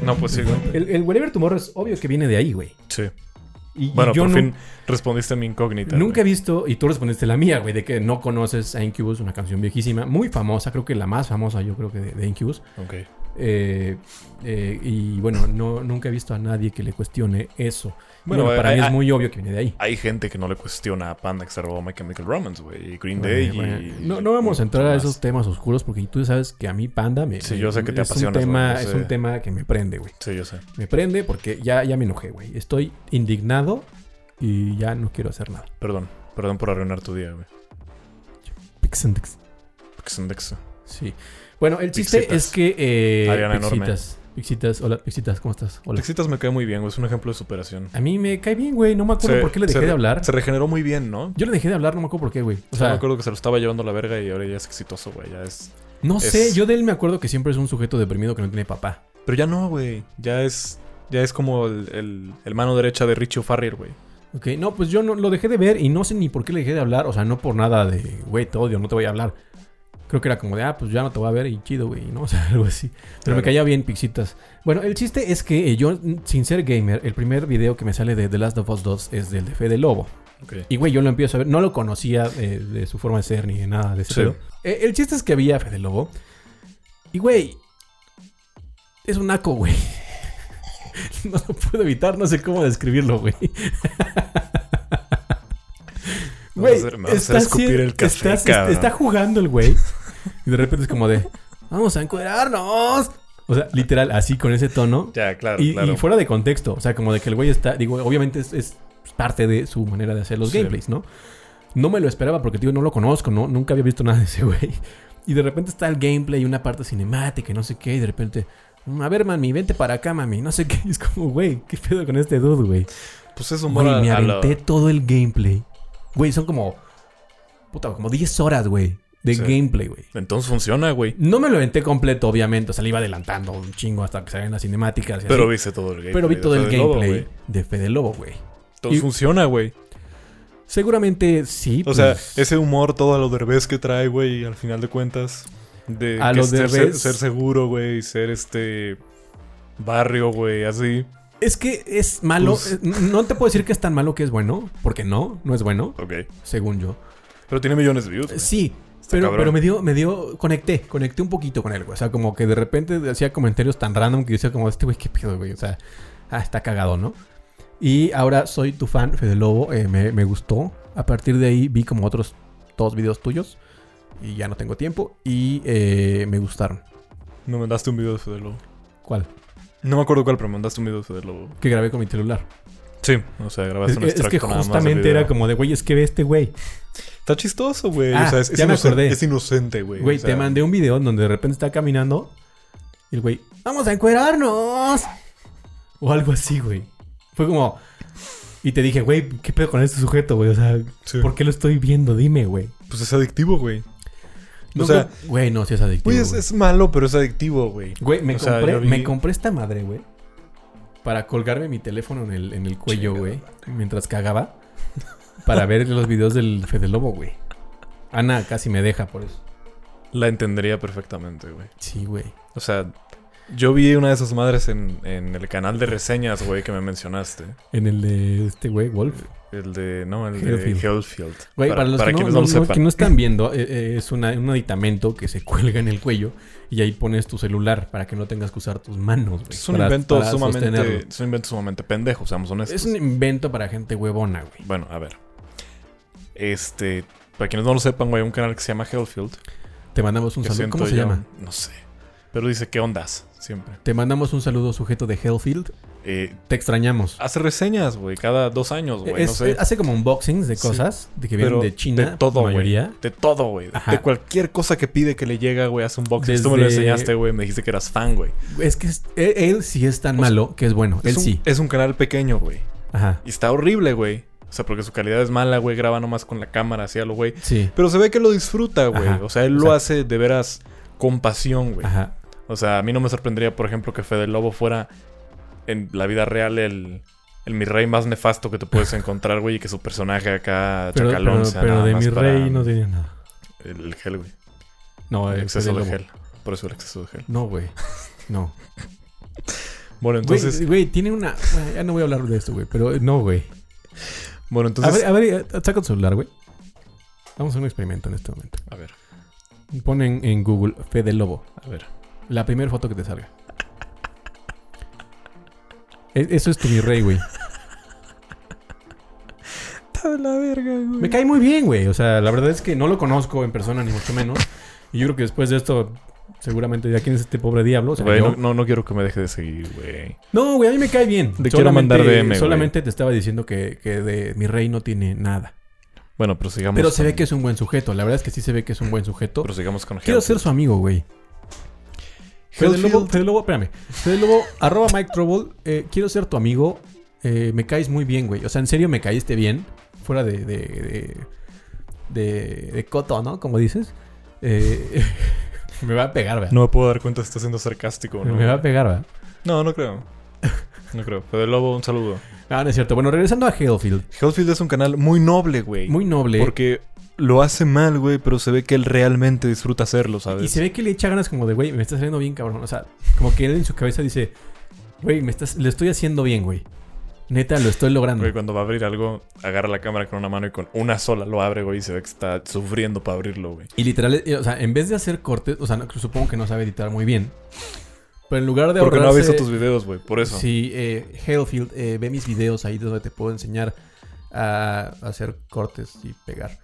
No, pues sí, güey.
El, el Whatever Tomorrow es obvio que viene de ahí, güey.
Sí.
Y y
Bueno,
yo
por
nu-
fin respondiste a mi incógnita.
Nunca he
güey.
visto, y tú respondiste la mía, güey, de que no conoces a Incubus, una canción viejísima, muy famosa, creo que la más famosa, yo creo que de, de Incubus.
Ok.
Eh, eh, y bueno, no, nunca he visto a nadie que le cuestione eso.
Bueno,
Bueno, para
eh,
mí
eh,
es muy obvio que viene de ahí.
Hay gente que no le cuestiona a Panda que se robó My Chemical Romance, güey. Y Green
Bueno,
Day
bueno,
y...
no, no vamos a entrar a
más.
esos temas oscuros porque tú sabes que a mí Panda me...
Sí,
me-
yo sé que te
es un
apasionas,
tema-
güey, yo
es
sé.
un tema que me prende, güey.
Sí, yo sé.
Me prende porque ya, ya me enojé, güey. Estoy indignado y ya no quiero hacer nada.
Perdón. Perdón por arruinar tu día, güey.
Pixendex.
Pixendex.
Sí. Bueno, el chiste
Pixitas.
es que. Eh,
Ariana
Pixitas. Pixitas. Hola, Pixitas, ¿cómo estás? Hola.
Pixitas me cae muy bien, güey. Es un ejemplo de superación.
A mí me cae bien, güey. No me acuerdo
Se-
por qué le dejé
se-
de hablar.
Se regeneró muy bien, ¿no?
Yo le dejé de hablar, no me acuerdo por qué, güey. O
O sea, me
sea,
acuerdo que se lo estaba llevando la verga y ahora ya es exitoso, güey. Ya es.
no
es-
sé. Yo de él me acuerdo que siempre es un sujeto deprimido que no tiene papá.
Pero ya no, güey. Ya es. Ya es como el, el- el mano derecha de Richie Farrier, güey.
Ok, no, pues yo no, lo dejé de ver y no sé ni por qué le dejé de hablar. O sea, no por nada de, güey, te odio, no te voy a hablar. Creo que era como de, ah, pues ya no te voy a ver y chido, güey, ¿no? O sea, algo así. Pero me
Claro.
caía bien, Pixitas. Bueno, el chiste es que eh, yo, sin ser gamer, el primer video que me sale de The Last of Us 2 es del de Fede Lobo.
Ok.
Y güey, yo lo empiezo a ver. No lo conocía eh, de su forma de ser ni de nada de eso.
Sí.
el chiste es que había Fede Lobo. Y güey, es un naco, güey. No lo puedo evitar, no sé cómo describirlo, güey.
Me vas a
Güey,
hacer- me vas a hacer
está,
escupir
haciendo-
el café,
estás-
cabrón.
está jugando el güey. Y de repente es como de, vamos a encuadrarnos. O sea, literal, así con ese tono.
Ya, claro,
Y, y
claro.
fuera de contexto, o sea, como de que el güey está, digo, obviamente es, es parte de su manera de hacer los
Sí.
gameplays, ¿no? No me lo esperaba porque, tío, no lo conozco, ¿no? Nunca había visto nada de ese güey. Y de repente está el gameplay, una parte cinemática y no sé qué, y de repente, "Mm, a ver, mami, vente para acá, mami, no sé qué. Y es como, güey, ¿qué pedo con este dude, güey?
Pues es humor
Güey, me
a, a la-
aventé todo el gameplay. Güey, son como, puta, como 10 horas, güey, de
Sí.
gameplay, güey.
Entonces funciona, güey.
No me lo aventé completo, obviamente, o sea, le iba adelantando un chingo hasta que salían las cinemáticas y así.
Pero viste todo el gameplay.
Pero vi todo el
de Lobo,
gameplay
güey.
de Fede Lobo, güey.
Entonces
Y-
funciona, güey.
Seguramente sí.
O
pues,
sea, ese humor todo a lo derbez que trae, güey, al final de cuentas. De
A
que
lo
ser,
Derbez.
ser seguro, güey, ser este barrio, güey, así.
Es que es malo.
Pues-
eh, No te puedo decir que es tan malo que es bueno, porque no, no es bueno,
Ok.
según yo.
Pero tiene millones de views. güey.
Sí, pero,
cabrón.
pero me dio, me dio, conecté, conecté un poquito con él, güey. O sea, como que de repente hacía comentarios tan random que yo decía como, este güey, qué pedo, güey. O sea, ah, está cagado, ¿no? Y ahora soy tu fan, Fede Lobo, eh, me, me gustó. A partir de ahí vi como otros dos videos tuyos y ya no tengo tiempo y eh, me gustaron.
Me mandaste un video de Fede Lobo.
¿Cuál?
No me acuerdo cuál, pero me mandaste un video de Fede Lobo.
Que grabé con mi celular.
Sí, o sea, grabaste
Es,
un
es
extracto
que
nada más del
justamente
video.
era como de, güey, es que ve este güey.
Está chistoso, güey.
Ah,
o sea, es, es
ya me
inocen-
acordé.
es inocente, güey.
Güey,
o sea,
te mandé un video en donde de repente está caminando y el güey, ¡vamos a encuerarnos! O algo así, güey. Fue como. Y te dije, güey, ¿qué pedo con este sujeto, güey? O sea,
Sí.
¿por qué lo estoy viendo? Dime, güey.
Pues es adictivo, güey.
No,
o sea, pues,
güey, güey, no, si es adictivo.
güey, es,
güey.
es malo, pero es adictivo, güey.
Güey, me,
o sea,
compré,
yo vi-
me compré esta madre, güey. Para colgarme mi teléfono en el, en el cuello,
Chingada
güey. Mientras cagaba. Para ver los videos del Fede Lobo, güey. Ana casi me deja por eso.
La entendería perfectamente, güey.
Sí, güey.
O sea, yo vi una de esas madres en, en el canal de reseñas, güey, que me mencionaste.
En el de este güey, Wolf.
El de. No, el
Hellfield.
de Hellfield.
Güey, para, los que, no,
quienes
no-
no,
no-
lo
que
sepan.
no están viendo, eh, eh, es una- un aditamento que se cuelga en el cuello y ahí pones tu celular para que no tengas que usar tus manos. güey,
es un
para-
invento
para
sumamente.
sostenerlo.
Es un invento sumamente pendejo, seamos honestos.
Es un invento para gente huevona, güey.
Bueno, a ver. Este. Para quienes no lo sepan, güey, hay un canal que se llama Hellfield.
Te mandamos un
que
saludo.
siento
¿Cómo se
yo-
llama?
No sé. Pero dice, ¿qué ondas? Siempre.
Te mandamos un saludo sujeto de Hellfield.
Eh,
Te extrañamos.
hace reseñas, güey, cada dos años, pues, güey.
Es-
No sé.
eh, hace como unboxings de
Sí.
cosas de que vienen de China.
de todo,
la
güey.
mayoría.
De todo, güey.
Ajá.
De cualquier cosa que pide que le llega, güey, hace un box. Tú me lo
Desde-
enseñaste, güey. Me dijiste que eras fan, güey.
Es que es- él, él sí es tan
O sea,
malo que es bueno.
Es
él
un-
sí.
Es un canal pequeño, güey.
Ajá.
Y está horrible, güey. O sea, porque su calidad es mala, güey. Graba nomás con la cámara, así a lo güey.
Sí.
Pero se ve que lo disfruta, güey.
Ajá.
O sea, él lo
Exacto.
hace de veras con pasión, güey.
Ajá.
O sea, a mí no me sorprendería, por ejemplo, que Fede Lobo fuera en la vida real el, el mi rey más nefasto que te puedes encontrar, güey, y que su personaje acá,
Pero,
Chacalón,
pero-
sea
pero
nada
de
más
mi
para
rey no diría nada.
El, el gel, güey.
No,
El
eh,
exceso de
Fede Lobo.
gel. Por eso el exceso de gel.
No, güey. No.
Bueno, entonces,
Güey, güey, tiene una. bueno, ya no voy a hablar de esto, güey. Pero no, güey.
bueno,
A
entonces,
ver, a ver, eh, saca tu celular, güey. Vamos a hacer un experimento en este momento.
a ver,
Ponen en Google Fede Lobo.
a ver.
La primera foto que te salga. E- Eso es tu mi rey, güey.
Está de la verga, güey.
Me cae muy bien, güey. O sea, la verdad es que no lo conozco en persona, ni mucho menos. Y yo creo que después de esto, seguramente ya quién es este pobre diablo. O sea,
Güey,
yo-
no, no, no quiero que me deje de seguir, güey.
No, güey, a mí me cae bien.
Te quiero mandar DM, güey.
Solamente te estaba diciendo que, que de mi rey no tiene nada.
Bueno, prosigamos.
Pero se
con-
ve que es un buen sujeto. La verdad es que sí se ve que es un buen sujeto.
Prosigamos con
Quiero
Hellfield.
ser su amigo, güey. Fede
Hellfield.
Lobo, Fede Lobo, espérame. Fede Lobo, arroba Mike Trouble. eh, quiero ser tu amigo. Eh, me caes muy bien, güey. O sea, en serio, me caíste bien. Fuera de... de, de, de- de coto, ¿no? Como dices. Eh, me va a pegar, ¿verdad?
No me puedo dar cuenta si está siendo sarcástico, ¿no?
me va a pegar, ¿verdad?
No, no creo. No creo. Fede Lobo, un saludo.
Ah, no es cierto. Bueno, regresando a Hellfield.
Hellfield es un canal muy noble, güey.
Muy noble.
Porque lo hace mal, güey, pero se ve que él realmente disfruta hacerlo, ¿sabes?
Y se ve que le echa ganas como de, güey, me está saliendo bien, cabrón. O sea, como que él en su cabeza dice, güey, me estás, lo estoy haciendo bien, güey. Neta, lo estoy logrando.
Güey, cuando va a abrir algo, agarra la cámara con una mano y con una sola lo abre, güey, y se ve que está sufriendo para abrirlo, güey.
Y literal, eh, o sea, en vez de hacer cortes, o sea, no- supongo que no sabe editar muy bien. Pero en lugar de
Porque no ha
ahorrarse-
visto tus videos, güey, por eso.
Sí, eh, Hellfield, eh, ve mis videos ahí donde te puedo enseñar a hacer cortes y pegar.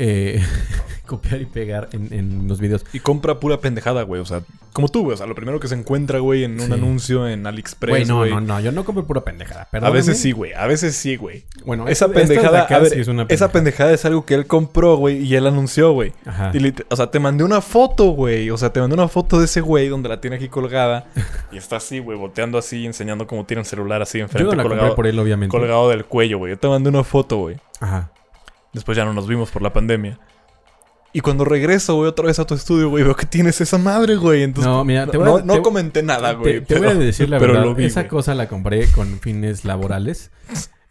Eh, copiar y pegar en, en los videos.
Y compra pura pendejada, güey, o sea, como tú, güey, o sea, lo primero que se encuentra, güey, en un
Sí.
anuncio en AliExpress,
Güey,
güey.
no, no, no, yo no compro pura pendejada.
A
perdóname.
veces sí, güey, a veces sí, güey.
Bueno,
Esa
esta- esta de
pendejada,
acá
a ver,
sí es una
esa pendejada es algo que él compró, güey, y él anunció, güey.
Ajá.
Y lit- o sea, te mandé una foto, güey. O sea, te mandé una foto de ese güey donde la tiene aquí colgada. y está así, güey, volteando así, enseñando cómo tiene el celular así
Yo
enfrente,
no la compré
colgado,
por él, obviamente.
colgado del cuello, güey. Yo te mandé una foto, güey.
Ajá.
Después ya no nos vimos por la pandemia. Y cuando regreso, güey, otra vez a tu estudio, güey, veo que tienes esa madre, güey. Entonces,
No, mira, te voy a-
no, no
te-
comenté nada,
Te,
Ah, güey.
te voy a decir la
pero
verdad.
lo vi,
esa
güey.
cosa la compré con fines laborales.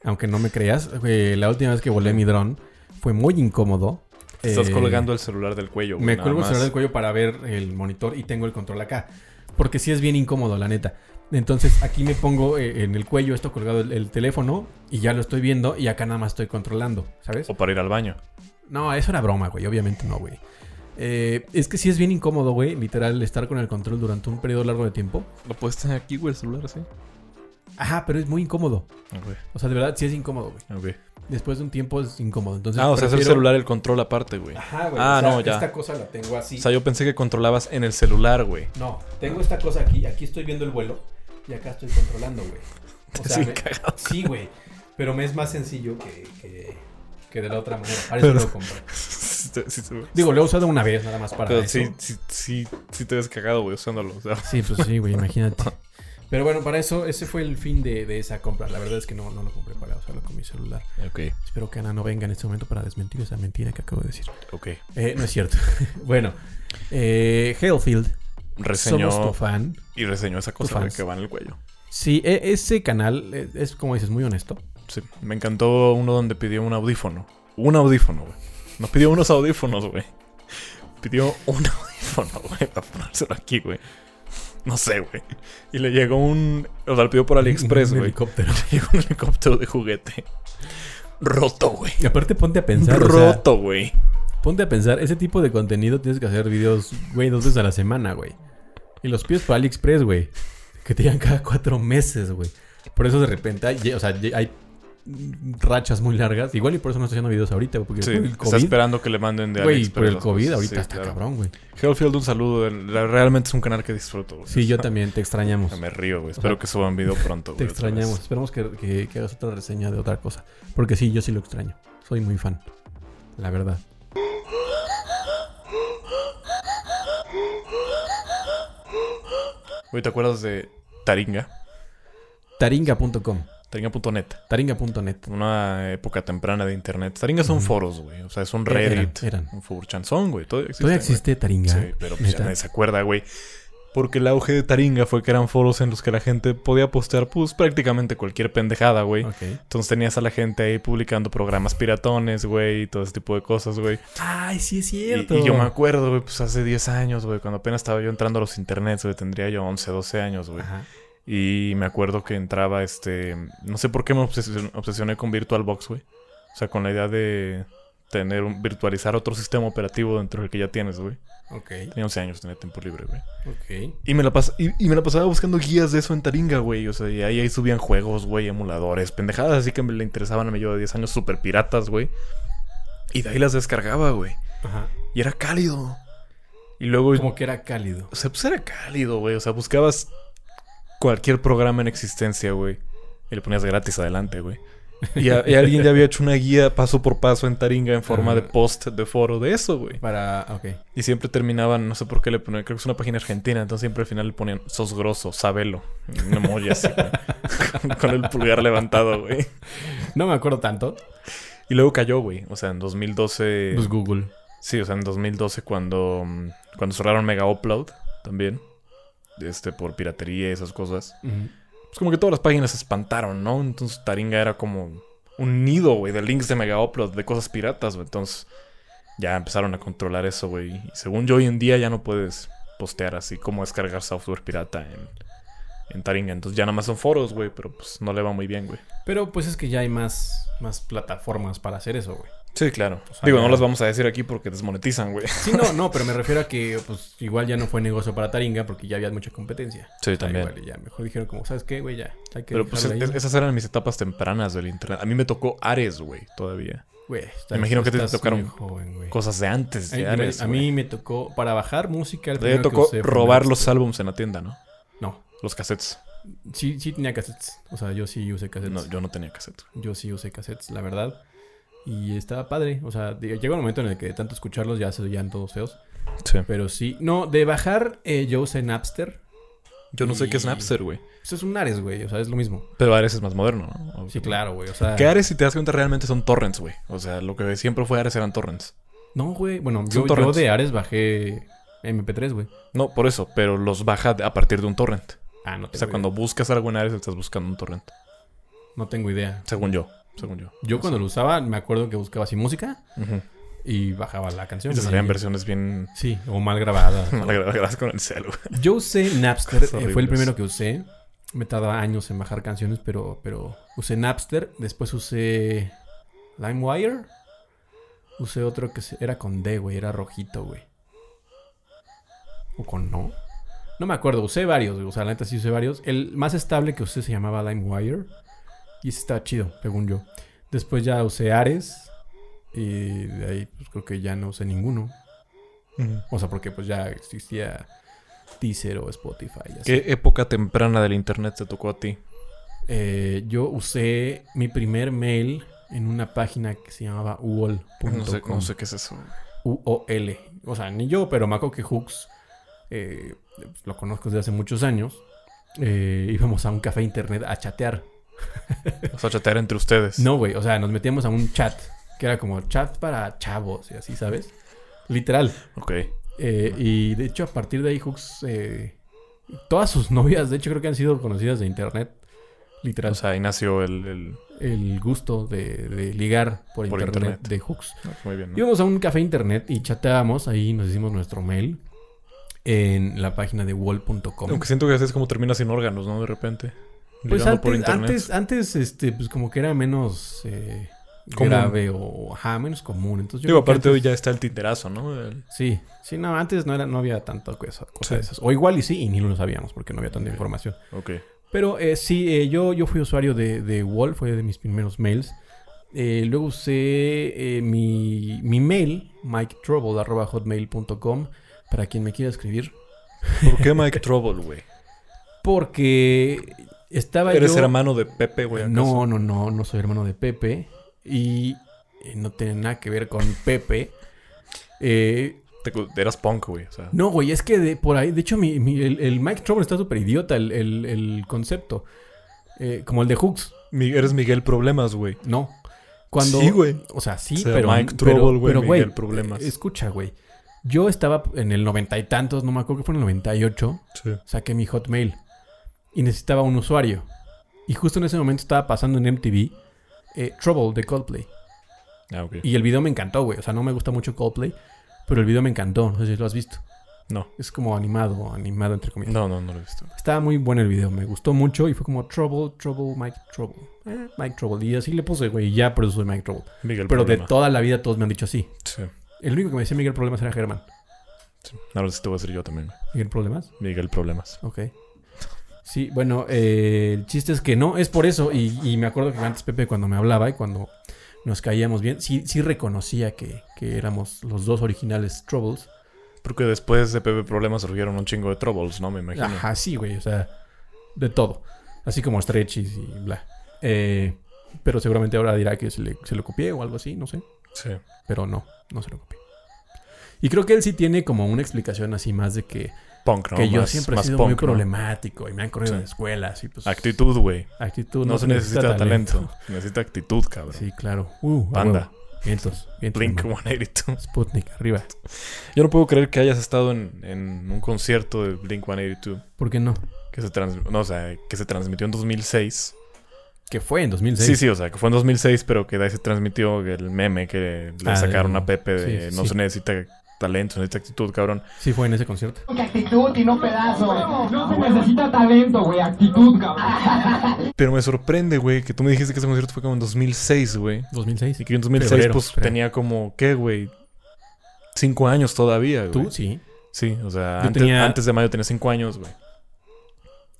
aunque no me creas, eh, la última vez que volé mi dron fue muy incómodo.
Estás
Eh,
colgando el celular del cuello, güey.
Me
nada
cuelgo el celular
más.
del cuello para ver el monitor y tengo el control acá. Porque sí es bien incómodo, la neta. Entonces aquí me pongo eh, en el cuello esto colgado el, el teléfono y ya lo estoy viendo y acá nada más estoy controlando, ¿sabes?
O para ir al baño.
No, eso era broma, güey. Obviamente no, güey. Eh, es que sí es bien incómodo, güey, literal, estar con el control durante un periodo largo de tiempo.
Lo puedes tener aquí, güey, el celular, sí.
Ajá, pero es muy incómodo.
Ok,
O sea, de verdad sí es incómodo, güey.
ok.
Después de un tiempo es incómodo. Entonces,
Ah, o sea, es el
prefiero-
celular el control aparte, güey.
Ajá, güey.
Ah,
o sea,
no, ya.
Esta cosa la tengo así.
O sea, yo pensé que controlabas en el celular, güey.
No, tengo esta cosa aquí. Aquí estoy viendo el vuelo y acá estoy controlando, güey. O
Estás
sea,
bien
me-
cagado.
sí, güey. Pero me es más sencillo que, que, que de la otra manera. Para eso
Pero-
lo compré.
Sí, sí, sí.
Digo, lo he usado una vez nada más para
Pero
eso.
sí, sí, sí, sí te ves cagado, güey, usándolo. O sea,
Sí, pues sí, güey, imagínate. Pero bueno, para eso, ese fue el fin de, de esa compra. La verdad es que no, no lo compré para usarlo con mi celular.
ok,
Espero que Ana no venga en este momento para desmentir esa mentira que acabo de decir.
ok.
Eh, no es cierto. bueno, eh, Halefield,
Reseñó
somos tu fan.
y reseñó esa cosa, güey,
fans.
que va en el cuello.
Sí, e- ese canal es, es, como dices, muy honesto.
Sí, me encantó uno donde pidió un audífono. Un audífono, güey. Nos pidió unos audífonos, güey. Pidió un audífono, güey, para ponérselo aquí, güey. No sé, güey. Y le llegó un. O sea, lo pidió por AliExpress,
Un
güey.
helicóptero.
Le llegó un helicóptero de juguete. Roto, güey.
Y aparte ponte a pensar, o sea,
Roto, güey.
ponte a pensar, ese tipo de contenido tienes que hacer videos, güey, dos veces a la semana, güey. Y los pides para AliExpress, güey. Que te llegan cada cuatro meses, güey. Por eso de repente hay, o sea, hay rachas muy largas. Igual y por eso no estoy haciendo videos ahorita, porque
Sí,
por el
está
COVID.
esperando que le manden de
Güey,
AliExpress.
por el
las
COVID
cosas.
ahorita
Sí,
está
claro.
cabrón, güey.
Hellfield, un saludo. La- Realmente es un canal que disfruto, güey.
Sí, yo también, te extrañamos.
Me río, güey. Espero que suban video pronto, güey.
Te
otra vez.
extrañamos. Esperamos que, que- que hagas otra reseña de otra cosa. Porque sí, yo sí lo extraño. Soy muy fan. La verdad.
Güey, ¿te acuerdas de Taringa?
Taringa.com.
Taringa.net.
Taringa.net.
Una época temprana de internet. Taringa son foros, güey. O sea, es un
Eran,
Reddit.
eran.
Un 4chan. Son, güey. Todavía existen,
Todavía existe Taringa.
güey. Sí, pero pues, ya
¿Neta?
nadie se acuerda, güey. Porque el auge de Taringa fue que eran foros en los que la gente podía postear, pues, prácticamente cualquier pendejada, güey.
Ok.
Entonces tenías a la gente ahí publicando programas piratones, güey, y todo ese tipo de cosas, güey.
Ay, sí es
Y,
cierto.
y yo me acuerdo, güey, pues hace 10 años, güey, cuando apenas estaba yo entrando a los internets, güey, tendría yo 11, 12 años, güey.
Ajá.
Y me acuerdo que entraba este. No sé por qué me obsesion- obsesioné con VirtualBox, güey. O sea, con la idea de tener un, virtualizar otro sistema operativo dentro del que ya tienes, güey.
Ok,
Tenía 11 años, tenía tiempo libre, güey.
ok.
Y me, la pas- y, y me la pasaba buscando guías de eso en Taringa, güey. O sea, y ahí, ahí subían juegos, güey, emuladores, pendejadas, así que me le interesaban a mí yo de 10 años, super piratas, güey. Y de ahí las descargaba, güey.
Ajá.
Y era cálido. Y luego.
Pues Como que era cálido.
O sea, pues era cálido, güey. O sea, buscabas cualquier programa en existencia, güey. Y le ponías gratis adelante, güey. Y, a- y alguien ya había hecho una guía paso por paso en Taringa en forma de post de foro de eso, güey.
Para. Ok.
Y siempre terminaban, no sé por qué le ponían, creo que es una página argentina, entonces siempre al final le ponían sos grosso, sabelo. Un emoji así, güey. Con el pulgar levantado, güey.
No me acuerdo tanto.
Y luego cayó, güey. O sea, en 2012.
Pues Google.
Sí, o sea, en 2012 cuando, mm, cuando cerraron Mega Upload también. Este, por piratería y esas cosas. Pues como que todas las páginas se espantaron, ¿no? Entonces Taringa era como un nido, güey, de links de Mega Upload, de cosas piratas, güey. Entonces ya empezaron a controlar eso, güey. Y según yo, hoy en día ya no puedes postear así como descargar software pirata en, en Taringa. Entonces ya nada más son foros, güey, pero pues no le va muy bien, güey.
Pero pues es que ya hay más, más plataformas para hacer eso, güey.
Sí, claro.
sea,
Digo, no
ya-
las vamos a decir aquí porque desmonetizan, güey.
Sí, no, no, pero me refiero a que pues igual ya no fue negocio para Taringa porque ya había mucha competencia.
Sí,
O sea,
también.
igual y ya mejor dijeron como, ¿sabes qué, güey? Ya. Hay que
Pero pues
dejarle
es-
ahí".
esas eran mis etapas tempranas del internet. A mí me tocó Ares, güey, todavía.
Güey, estás-
imagino que te
estás
tocaron
muy joven, güey.
Cosas de antes
Ay,
de
güey,
Ares.
a mí me tocó, para bajar música, el
me
primero que
tocó
usé fue
robar
Napster.
los álbums en la tienda, ¿no?
No,
Los cassettes.
sí, sí tenía cassettes. O sea, yo sí usé cassettes.
Eh, No, yo no tenía cassettes.
Yo sí usé cassettes, la verdad. Y estaba padre. O sea, de- llega un momento en el que de tanto escucharlos ya se oían todos feos.
Sí.
Pero sí. No, de bajar, eh, yo usé Napster.
Yo no sé qué es
Y-
Napster, güey.
Eso es un Ares, güey. O sea, es lo mismo.
Pero Ares es más moderno, ¿no?
Sí, claro, güey. O sea.
Que Ares, si te das cuenta, realmente son torrents, güey. O sea, lo que siempre fue Ares eran torrents.
No, güey. Bueno, yo, yo
torrents.
de Ares bajé MP3, güey.
No, por eso, pero los baja a partir de un torrent.
Ah, no
O sea, cuando buscas algo en Ares, estás buscando un torrent.
No tengo idea.
Según yo. Según yo.
Yo cuando lo usaba, me acuerdo que buscaba así música.
Ujú.
y bajaba la canción.
Y te salían
Y-
versiones bien
Sí, o mal grabada.
mal grabadas con el celu.
Yo usé Napster,
Cosas
eh, fue el
horribles.
primero que usé. Me tardaba años en bajar canciones, pero, pero usé Napster. Después usé LimeWire. Usé otro que se- era con D, güey, era rojito, güey. O con no. No me acuerdo, usé varios, güey. O sea, la neta sí usé varios. El más estable que usé se llamaba LimeWire. Y ese estaba chido, según yo. Después ya usé Ares. Y de ahí, pues creo que ya no usé ninguno. O sea, porque pues ya existía Deezer o Spotify. y así.
¿Qué época temprana del internet te tocó a ti?
Eh, yo usé mi primer mail en una página que se llamaba uol.com.
No sé, no sé qué es eso.
UOL. O sea, ni yo, pero me acuerdo que Hooks eh, lo conozco desde hace muchos años. Eh, íbamos a un café internet a chatear.
O sea, chatear entre ustedes.
No, güey, o sea, nos metíamos a un chat que era como chat para chavos y así, ¿sabes? Literal.
Ok.
Eh, y de hecho, a partir de ahí, Hooks. eh, todas sus novias, de hecho, creo que han sido conocidas de internet. Literal.
O sea, ahí nació el... el-
el gusto de, de ligar por,
Por
internet,
internet.
de Hooks.
no, muy bien, ¿no?
Íbamos a un café internet y chateábamos. Ahí nos hicimos nuestro mail en la página de wall.com.
Aunque siento que así es como termina sin órganos, ¿no? De repente.
Pues
Ligando
antes,
por internet.
antes, antes, este, pues como que era menos eh,
Común.
grave o ajá, menos común. Entonces yo
Digo,
creo que
aparte hoy
antes-
ya está el tinterazo, ¿no? El-
Sí, sí, no, antes no, era, no había tanta cosa, cosa
Sí.
de esas. O igual y sí, y ni lo sabíamos porque no había tanta información.
Ok.
Pero eh, sí, eh, yo, yo fui usuario de, de Wall, fue de mis primeros mails. Eh, luego usé eh, mi, mi mail, miketrouble.hotmail.com, para quien me quiera escribir.
¿Por qué Mike Trouble, güey?
Porque estaba
¿Eres
yo...
hermano de Pepe, güey? acaso?
No, no, no, no soy hermano de Pepe. Y eh, no tiene nada que ver con Pepe. Eh,
Te cu- eras punk, güey. O sea,
No, güey, es que de, por ahí, de hecho, mi, mi- el, el Mike Trouble está súper idiota el, el- el concepto. Eh, como el de Hooks.
Mi- eres Miguel Problemas, güey.
No. Cuando,
Sí, güey.
O sea, sí,
O sea,
pero.
Mike
pero-
Trouble, güey,
pero, güey,
Miguel Problemas.
eh, Escucha, güey. Yo estaba en el noventa y tantos, no me acuerdo que fue en el 98.
Sí.
Saqué mi Hotmail y necesitaba un usuario. Y justo en ese momento estaba pasando en MTV eh, Trouble de Coldplay.
Ah, ok.
Y el video me encantó, güey. O sea, no me gusta mucho Coldplay, pero el video me encantó. No sé si lo has visto.
No.
Es como animado, animado entre comillas.
No, no, no lo he visto.
Estaba muy bueno el video, me gustó mucho y fue como Trouble, Trouble, Mike Trouble. Eh, Mike Trouble. Y así le puse, güey, y ya por eso soy Mike Trouble.
Miguel
Pero de
Problema.
toda la vida todos me han dicho así.
Sí.
El único que me decía Miguel Problemas era Germán.
sí. Ahora sí te voy a decir yo también. güey.
¿Miguel Problemas?
Miguel Problemas.
Ok. Sí, bueno, eh, el chiste es que no, es por eso. Y, y me acuerdo que antes Pepe cuando me hablaba y cuando nos caíamos bien, sí, sí reconocía que, que éramos los dos originales Troubles.
Porque después de Pepe Problemas surgieron un chingo de Troubles, ¿no? Me imagino.
Ajá, sí, güey, o sea, de todo. Así como stretches y bla. Eh, pero seguramente ahora dirá que se, le, se lo copié o algo así, no sé.
Sí.
Pero no, no se lo copié. Y creo que él sí tiene como una explicación así más de que,
Punk, ¿no?
que yo
Más-
siempre he
más
sido muy
punk, ¿no?
problemático y me han corrido
Sí.
de escuelas y pues...
Actitud, güey.
Actitud.
No, se necesita, talento. Se Necesita actitud, cabrón.
Sí, claro. Uh, a
Panda.
huevo. Vientos, vientos.
Blink
hermano.
182.
Sputnik, arriba.
Yo no puedo creer que hayas estado en, en un concierto de Blink 182
¿Por qué no?
que se, trans- no, o sea, que se transmitió en 2006.
Que fue en
Sí.
2006.
sí, o sea, que fue en 2006, pero que de ahí se transmitió el meme que le
Ah,
sacaron
de-
a Pepe de
sí, sí,
no
sí.
se necesita talento, se necesita actitud, cabrón.
Sí, fue en ese concierto.
Que actitud y no pedazos. No se necesita talento, güey. Actitud, cabrón.
Pero me sorprende, güey, que tú me dijiste que ese concierto fue como en 2006, güey.
2006.
Y que en 2006,
Febrero,
pues
creo.
tenía como, ¿qué, güey? Cinco años todavía, güey.
¿Tú? Sí.
Sí, o sea,
Yo
antes,
tenía-
antes de mayo tenía cinco años, güey.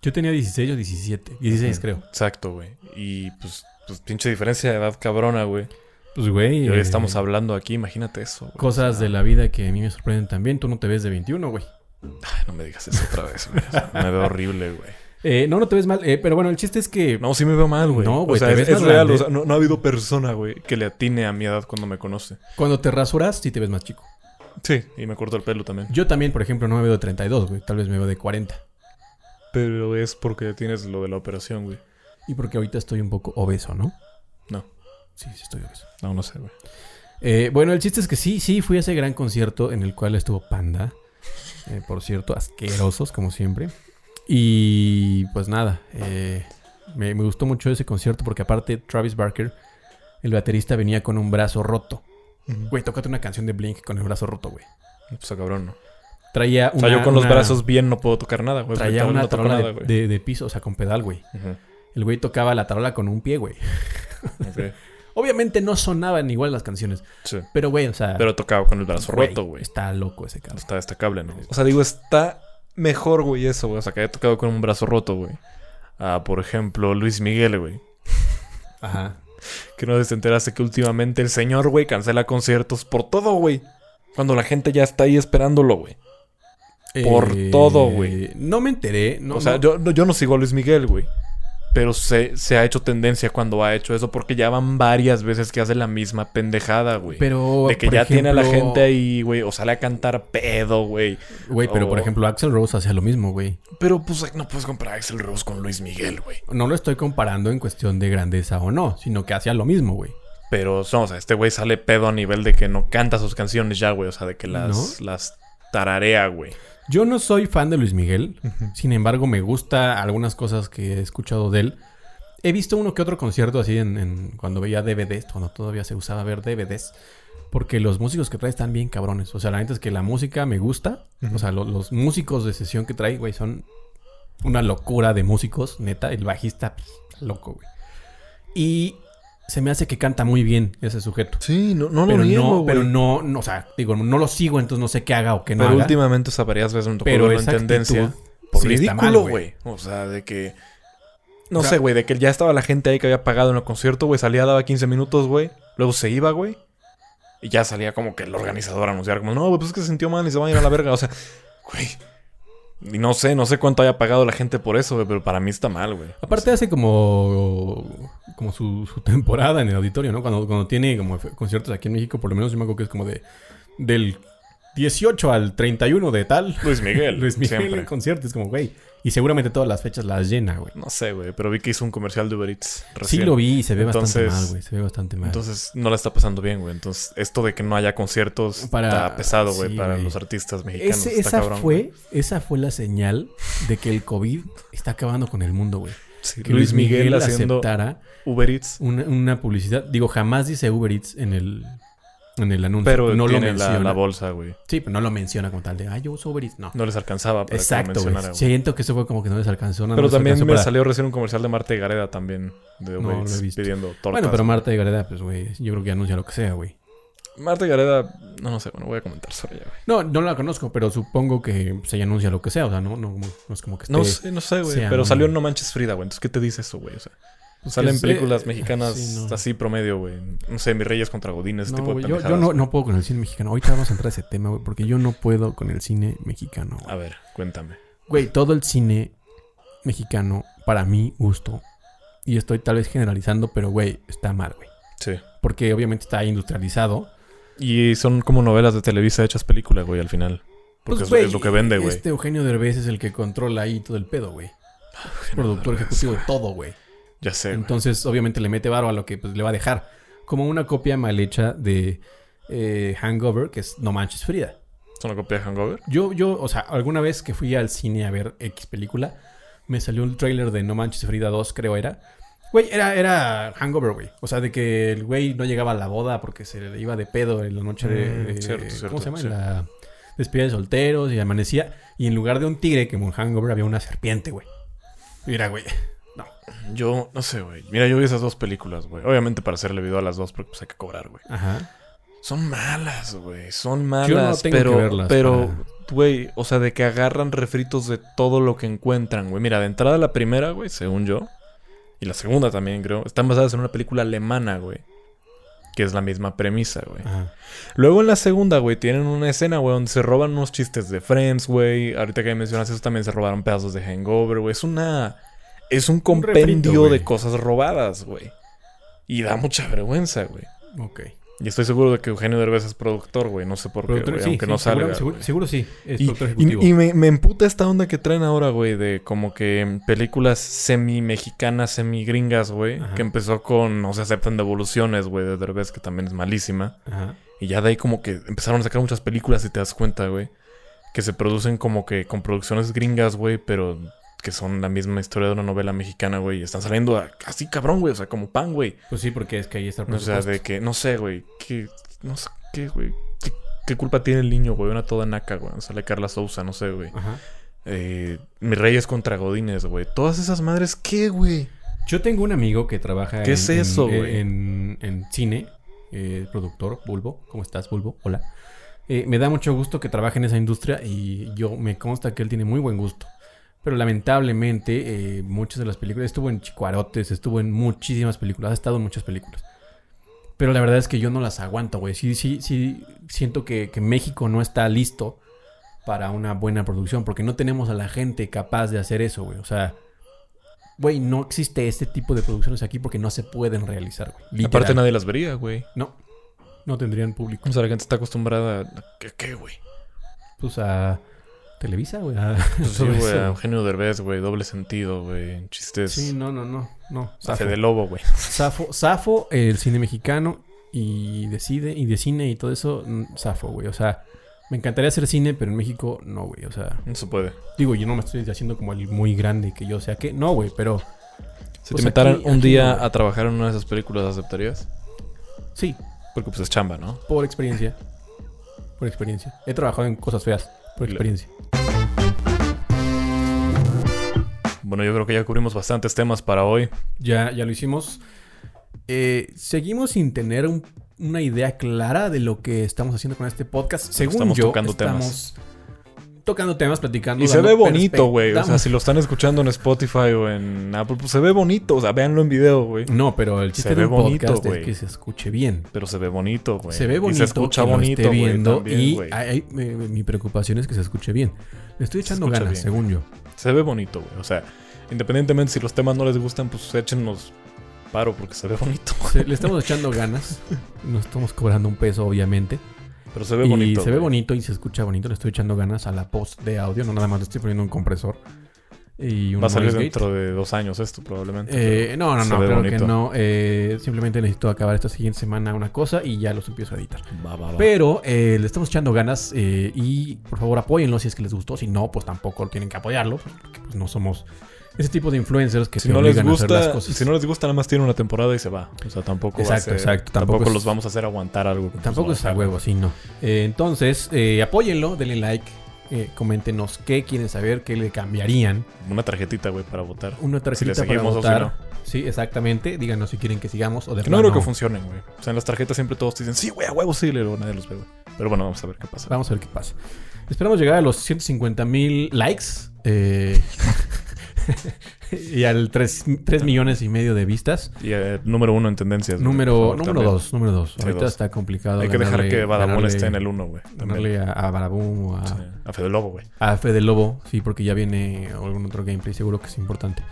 Yo tenía 16 o 17. 16 creo.
Exacto, güey. Y pues, pues pinche diferencia de edad cabrona, güey.
Pues güey.
Y hoy
eh,
estamos hablando aquí, imagínate eso, güey.
Cosas de la vida que a mí me sorprenden también. Tú no te ves de 21, güey.
Ay, no me digas eso otra vez, güey. O sea, me veo horrible, güey.
Eh, no, no te ves mal. eh, pero bueno, el chiste es que...
No, sí me veo mal, güey.
No, güey,
O sea,
te
es,
ves
es
más
real.
grande.
O sea, no, no ha habido persona, güey, que le atine a mi edad cuando me conoce.
Cuando te rasuras, sí te ves más chico.
Sí, y me corto el pelo también.
Yo también, por ejemplo, no me veo de 32, güey. Tal vez me veo de 40.
Pero es porque tienes lo de la operación, güey.
Y porque ahorita estoy un poco obeso, ¿no?
No.
Sí, sí estoy obeso.
No, no sé, güey.
Eh, bueno, el chiste es que sí, sí, fui a ese gran concierto en el cual estuvo Panda. Eh, por cierto, asquerosos, como siempre. Y pues nada, eh, me, me gustó mucho ese concierto porque aparte Travis Barker, el baterista, venía con un brazo roto. Güey, tócate una canción de Blink con el brazo roto, güey.
Pues ah, cabrón, ¿no?
Traía
O
una.
sea, yo con los
una-
brazos pues, bien no puedo tocar nada, güey.
Traía
Ahorita
una
no toco
tarola
nada,
de-
güey.
de, de piso, o sea, con pedal, güey.
Ujú.
El güey tocaba la tarola con un pie, güey.
Ok.
Obviamente no sonaban igual las canciones.
Sí.
Pero, güey, o sea.
Pero tocaba con el brazo
güey,
roto, güey.
Está loco ese cabrón.
Pues Está destacable, ¿no? O sea, digo, está mejor, güey, eso, güey. O sea, que haya tocado con un brazo roto, güey. Ah, por ejemplo, Luis Miguel, güey.
Ajá.
Que no sé si te enteraste que últimamente el señor, güey, cancela conciertos por todo, güey. Cuando la gente ya está ahí esperándolo, güey. Por todo, güey.
Eh, No me enteré. No,
o sea,
no.
Yo, no- yo no sigo a Luis Miguel, güey. Pero se, se ha hecho tendencia cuando ha hecho eso porque ya van varias veces que hace la misma pendejada, güey.
Pero.
de que
por
ya tiene a la
ejemplo,
gente ahí, güey, o sale a cantar pedo, güey.
Güey, pero por
o-
ejemplo, Axel Rose hacía lo mismo, güey.
Pero pues ay, no puedes comprar a Axel Rose con Luis Miguel, güey.
No lo estoy comparando en cuestión de grandeza o no, sino que hacía lo mismo, güey.
Pero, no, o sea, este güey sale pedo a nivel de que no canta sus canciones ya, güey. O sea, de que las, las tararea, güey.
Yo no soy fan de Luis Miguel, sin embargo me gusta algunas cosas que he escuchado de él. He visto uno que otro concierto así en, en- cuando veía DVDs, cuando todavía se usaba ver DVDs, porque los músicos que trae están bien cabrones. O sea, la neta es que la música me gusta, o sea, lo- los músicos de sesión que trae, güey, son una locura de músicos, neta. El bajista, pff, loco, güey. Y se me hace que canta muy bien ese sujeto.
Sí, no, no
Pero no, pero no, no, o sea, digo, no lo sigo, entonces no sé qué haga o qué no
Pero
haga.
últimamente, o sea, varias veces me tocó
Pero
verlo en
esa
tendencia.
actitud pues,
Por
sí está mal,
ridículo,
güey.
güey. O sea, de que. No
O sea-
sé, güey, de que ya estaba la gente ahí que había pagado en el concierto, güey. Salía, daba 15 minutos, güey. Luego se iba, güey. Y ya salía como que el organizador a anunciar, como, no, güey, pues es que se sintió mal y se van a ir a la verga. O sea, güey. Y no sé, no sé cuánto haya pagado la gente por eso, güey, pero para mí está mal, güey.
Aparte hace como, como su, su temporada en el auditorio, ¿no? Cuando, cuando tiene como fe- conciertos aquí en México, por lo menos yo me acuerdo que es como de del 18 al 31 de tal.
Luis Miguel.
Luis Miguel
siempre.
en conciertos, como güey. Y seguramente todas las fechas las llena, güey.
No sé, güey, pero vi que hizo un comercial de Uber Eats
Sí
recién.
lo vi y se ve bastante
Entonces-
mal, güey. Se ve bastante mal.
Entonces no la está pasando bien, güey. Entonces esto de que no haya conciertos
Para-
está pesado, güey,
sí,
para
güey.
los artistas mexicanos.
Ese-
está
esa,
cabrón, güey.
fue, esa fue la señal de que el COVID está acabando con el mundo, güey.
Sí,
Que Luis Miguel,
haciendo
aceptara
Uber Eats,
una, una publicidad. Digo, jamás dice Uber Eats en el, en el anuncio.
pero
no
tiene
lo
la,
menciona.
la bolsa, güey.
Sí, pero no lo menciona como tal de, ah, yo uso Uber Eats". No.
No les alcanzaba para que lo
Exacto, güey.
mencionara, güey.
Siento que eso fue como que no les alcanzó. no
Pero
les
también
alcanzó
me
para-
salió recién un comercial de Marta y Gareda también de
No,
Uber
lo he
Eats
visto.
pidiendo tortas.
Bueno, pero Marta y Gareda, pues, güey, yo creo que anuncia lo que sea, güey.
Marta y Gareda, no, no sé, bueno, voy a comentar sobre ella, güey.
No, no la conozco, pero supongo que pues, ella anuncia lo que sea. O sea, no, no, como- no es como que esté...
No sé, no sé, güey.
sea
Pero
un-
salió en No Manches Frida, güey. Entonces, ¿qué te dice eso, güey? O sea, salen
es-
películas
eh,
mexicanas
sí, no.
así promedio, güey. No sé, Mis Reyes contra Godín, ese
No,
tipo de
güey, yo,
pendejadas.
yo no, no puedo con el cine mexicano. Ahorita vamos a entrar a ese tema, güey, porque yo no puedo con el cine mexicano. güey.
A ver, cuéntame.
Güey, todo el cine mexicano, para mi gusto, y estoy tal vez generalizando, pero, güey, está mal, güey.
Sí.
Porque obviamente está industrializado.
Y son como novelas de Televisa hechas películas, güey, al final. Porque
Pues,
es-
güey,
es, lo que vende, güey.
Este Eugenio Derbez es el que controla ahí todo el pedo, güey. Productor ejecutivo de todo, güey.
Ya sé, güey.
Entonces, obviamente, le mete varo a lo que pues, le va a dejar. Como una copia mal hecha de eh, Hangover, que es No Manches Frida.
¿Es una copia de Hangover?
Yo, yo, o sea, alguna vez que fui al cine a ver X película, me salió un tráiler de No Manches Frida 2, creo era. Güey, era, era Hangover, güey. O sea, de que el güey no llegaba a la boda porque se le iba de pedo en la noche de...
Mm,
de-
cierto, cierto,
¿Cómo se llama? En
cierto.
La despedida de solteros y amanecía. Y en lugar de un tigre, como en Hangover, había una serpiente, güey. Mira, güey.
Yo, no sé, güey. Mira, yo vi esas dos películas, güey. Obviamente para hacerle video a las dos, porque pues hay que cobrar, güey.
Ajá.
Son malas, güey. Son malas.
tengo que
pero,
verlas
Pero,
para-
güey, o sea, de que agarran refritos de todo lo que encuentran, güey. Mira, de entrada la primera, güey, según yo. Y la segunda también, creo. Están basadas en una película alemana, güey. Que es la misma premisa, güey.
Ajá.
Luego en la segunda, güey, tienen una escena, güey, donde se roban unos chistes de Friends, güey. Ahorita que mencionas eso, también se robaron pedazos de Hangover, güey. Es una... Es un compendio
refrito, güey.
de cosas robadas, güey. Y da mucha vergüenza, güey.
Ok.
Y estoy seguro de que Eugenio Derbez es productor, güey. No sé por qué,
Productor-
güey.
sí,
aunque
sí,
no
seguro-
salga,
seguro,
güey.
seguro sí. Es
Y,
productor
y-
ejecutivo.
y me, me emputa esta onda que traen ahora, güey, de como que películas semi-mexicanas, semi-gringas, güey.
Ajá.
Que empezó con No se aceptan devoluciones, güey, de Derbez, que también es malísima.
Ajá.
Y ya de ahí como que empezaron a sacar muchas películas, si te das cuenta, güey. Que se producen como que con producciones gringas, güey, pero que son la misma historia de una novela mexicana, güey. Y están saliendo a- así cabrón, güey, o sea, como pan, güey.
Pues sí, porque es que ahí está el
O sea,
presupuesto.
de que, no sé, güey, que No sé qué, güey. ¿Qué, qué culpa tiene el niño, güey? Una toda naca, güey. Sale Carla Sousa, no sé, güey.
Ajá.
Eh, Mis Reyes contra Godines, güey. Todas esas madres, ¿qué, güey?
Yo tengo un amigo que trabaja
¿Qué
en,
es eso,
en,
güey?
en- en cine, eh, productor, Bulbo. ¿Cómo estás, Bulbo? Hola. Eh, me da mucho gusto que trabaje en esa industria y yo me consta que él tiene muy buen gusto. Pero lamentablemente, eh, muchas de las películas, estuvo en Chicuarotes, estuvo en muchísimas películas, ha estado en muchas películas. Pero la verdad es que yo no las aguanto, güey. Sí, sí, sí, siento que, que México no está listo para una buena producción, porque no tenemos a la gente capaz de hacer eso, güey. O sea, güey, no existe este tipo de producciones aquí porque no se pueden realizar, güey. Literal.
Aparte nadie las vería, güey.
No, no tendrían público.
O sea, la gente está acostumbrada a... ¿Qué, qué, güey?
Pues a Televisa, güey. a-
Pues sí,
todo
güey.
eso.
a Eugenio Derbez, güey. Doble sentido, güey. Chistes...
Sí, no, no, no, no.
Hace
Zafo,
de lobo, güey.
Zafo, Zafo, el cine mexicano y de cine, y de cine y todo eso, mm, Zafo, güey. O sea, me encantaría hacer cine, pero en México no, güey. O sea,
No se puede.
digo, yo no me estoy haciendo como el muy grande que yo sea que no, güey, pero
Si
Pues
te invitaran
aquí-
un
aquí
día
no, güey.
a trabajar en una de esas películas, ¿aceptarías?
sí,
Porque pues es chamba, ¿no?
por experiencia. Por experiencia. He trabajado en cosas feas, por
Le-
experiencia.
Bueno, yo creo que ya cubrimos bastantes temas para hoy.
Ya, ya lo hicimos. Eh, seguimos sin tener un- una idea clara de lo que estamos haciendo con este podcast. Según
Estamos
yo,
tocando
estamos tocando temas, platicando.
Y se
dando
ve bonito,
perspec-
güey. O sea,
damos-
si lo están escuchando en Spotify o en Apple, pues se ve bonito. O sea, véanlo en video, güey.
No, pero el chiste
Se
de un
ve bonito,
podcast es
güey.
que se escuche bien.
Pero se ve bonito, güey.
se ve bonito,
pues, Y se escucha
que lo
bonito,
esté
güey,
viendo
también,
y
güey.
ay, ay, me- me- mi preocupación es que se escuche bien. Le estoy
Se
echando
escucha
ganas,
bien.
según yo.
Se ve bonito, güey. O sea, independientemente si los temas no les gustan, pues échenos paro porque se ve bonito. güey.
Se- le estamos echando ganas. No estamos cobrando un peso, obviamente.
Pero se ve
y
bonito.
se ve
güey.
bonito y se escucha bonito. Le estoy echando ganas a la post de audio. No nada más le estoy poniendo un compresor y un
Va a salir
noise gate.
dentro de dos años esto, probablemente.
Eh,
pero
no, no,
se
no,
ve
claro
bonito.
que no. Eh, simplemente necesito acabar esta siguiente semana una cosa y ya los empiezo a editar.
Va, va, va.
Pero eh, le estamos echando ganas eh, y por favor apóyenlo si es que les gustó. Si no, pues tampoco tienen que apoyarlo. Porque pues, no somos ese tipo de influencers que
Si
se
no les
obligan a hacer las
gusta,
cosas.
si no les gusta, nada más tiene una temporada y se va. O sea, tampoco va a
Exacto,
ser-
exacto. Tampoco
Tampoco,
es-
los vamos a hacer aguantar algo. que
Tampoco
nos
es
va
a
dejar.
huevo, sí, no. Eh, entonces, eh, apóyenlo, denle like, eh, coméntenos qué quieren saber, qué le cambiarían.
Una tarjetita, güey, para votar. Si
Una
le
tarjetita para
seguimos o si
votar.
no.
Sí, exactamente. Díganos si quieren que sigamos o de
Que no creo
plano-
que funcionen, güey. O sea, en las tarjetas siempre todos te dicen, sí, güey, a huevo, sí, y luego nadie los ve, güey. Pero bueno, vamos a ver qué pasa.
Vamos a ver qué pasa. Esperamos llegar a los 150 mil likes eh, y al 3, millones y medio de vistas.
Y eh, número uno en tendencias. güey, por
Número,
favor,
número
también.
2, número 2.
Sí,
Ahorita
dos.
está complicado.
Hay que dejar
ganarle-
que Badabun
ganarle-
esté en el uno, güey. También.
ganarle a, a Badabun o a,
Sí. A Fede Lobo, güey.
a Fede Lobo, sí, porque ya viene algún otro gameplay, seguro que es importante.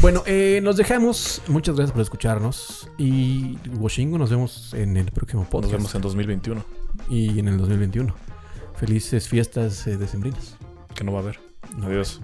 Bueno, eh, nos dejamos. Muchas gracias por escucharnos. Y Washingo, nos vemos en el próximo
Nos
podcast
vemos en 2021,
y en el 2021. Felices fiestas eh, decembrinas.
que no va a haber.
No.
Adiós.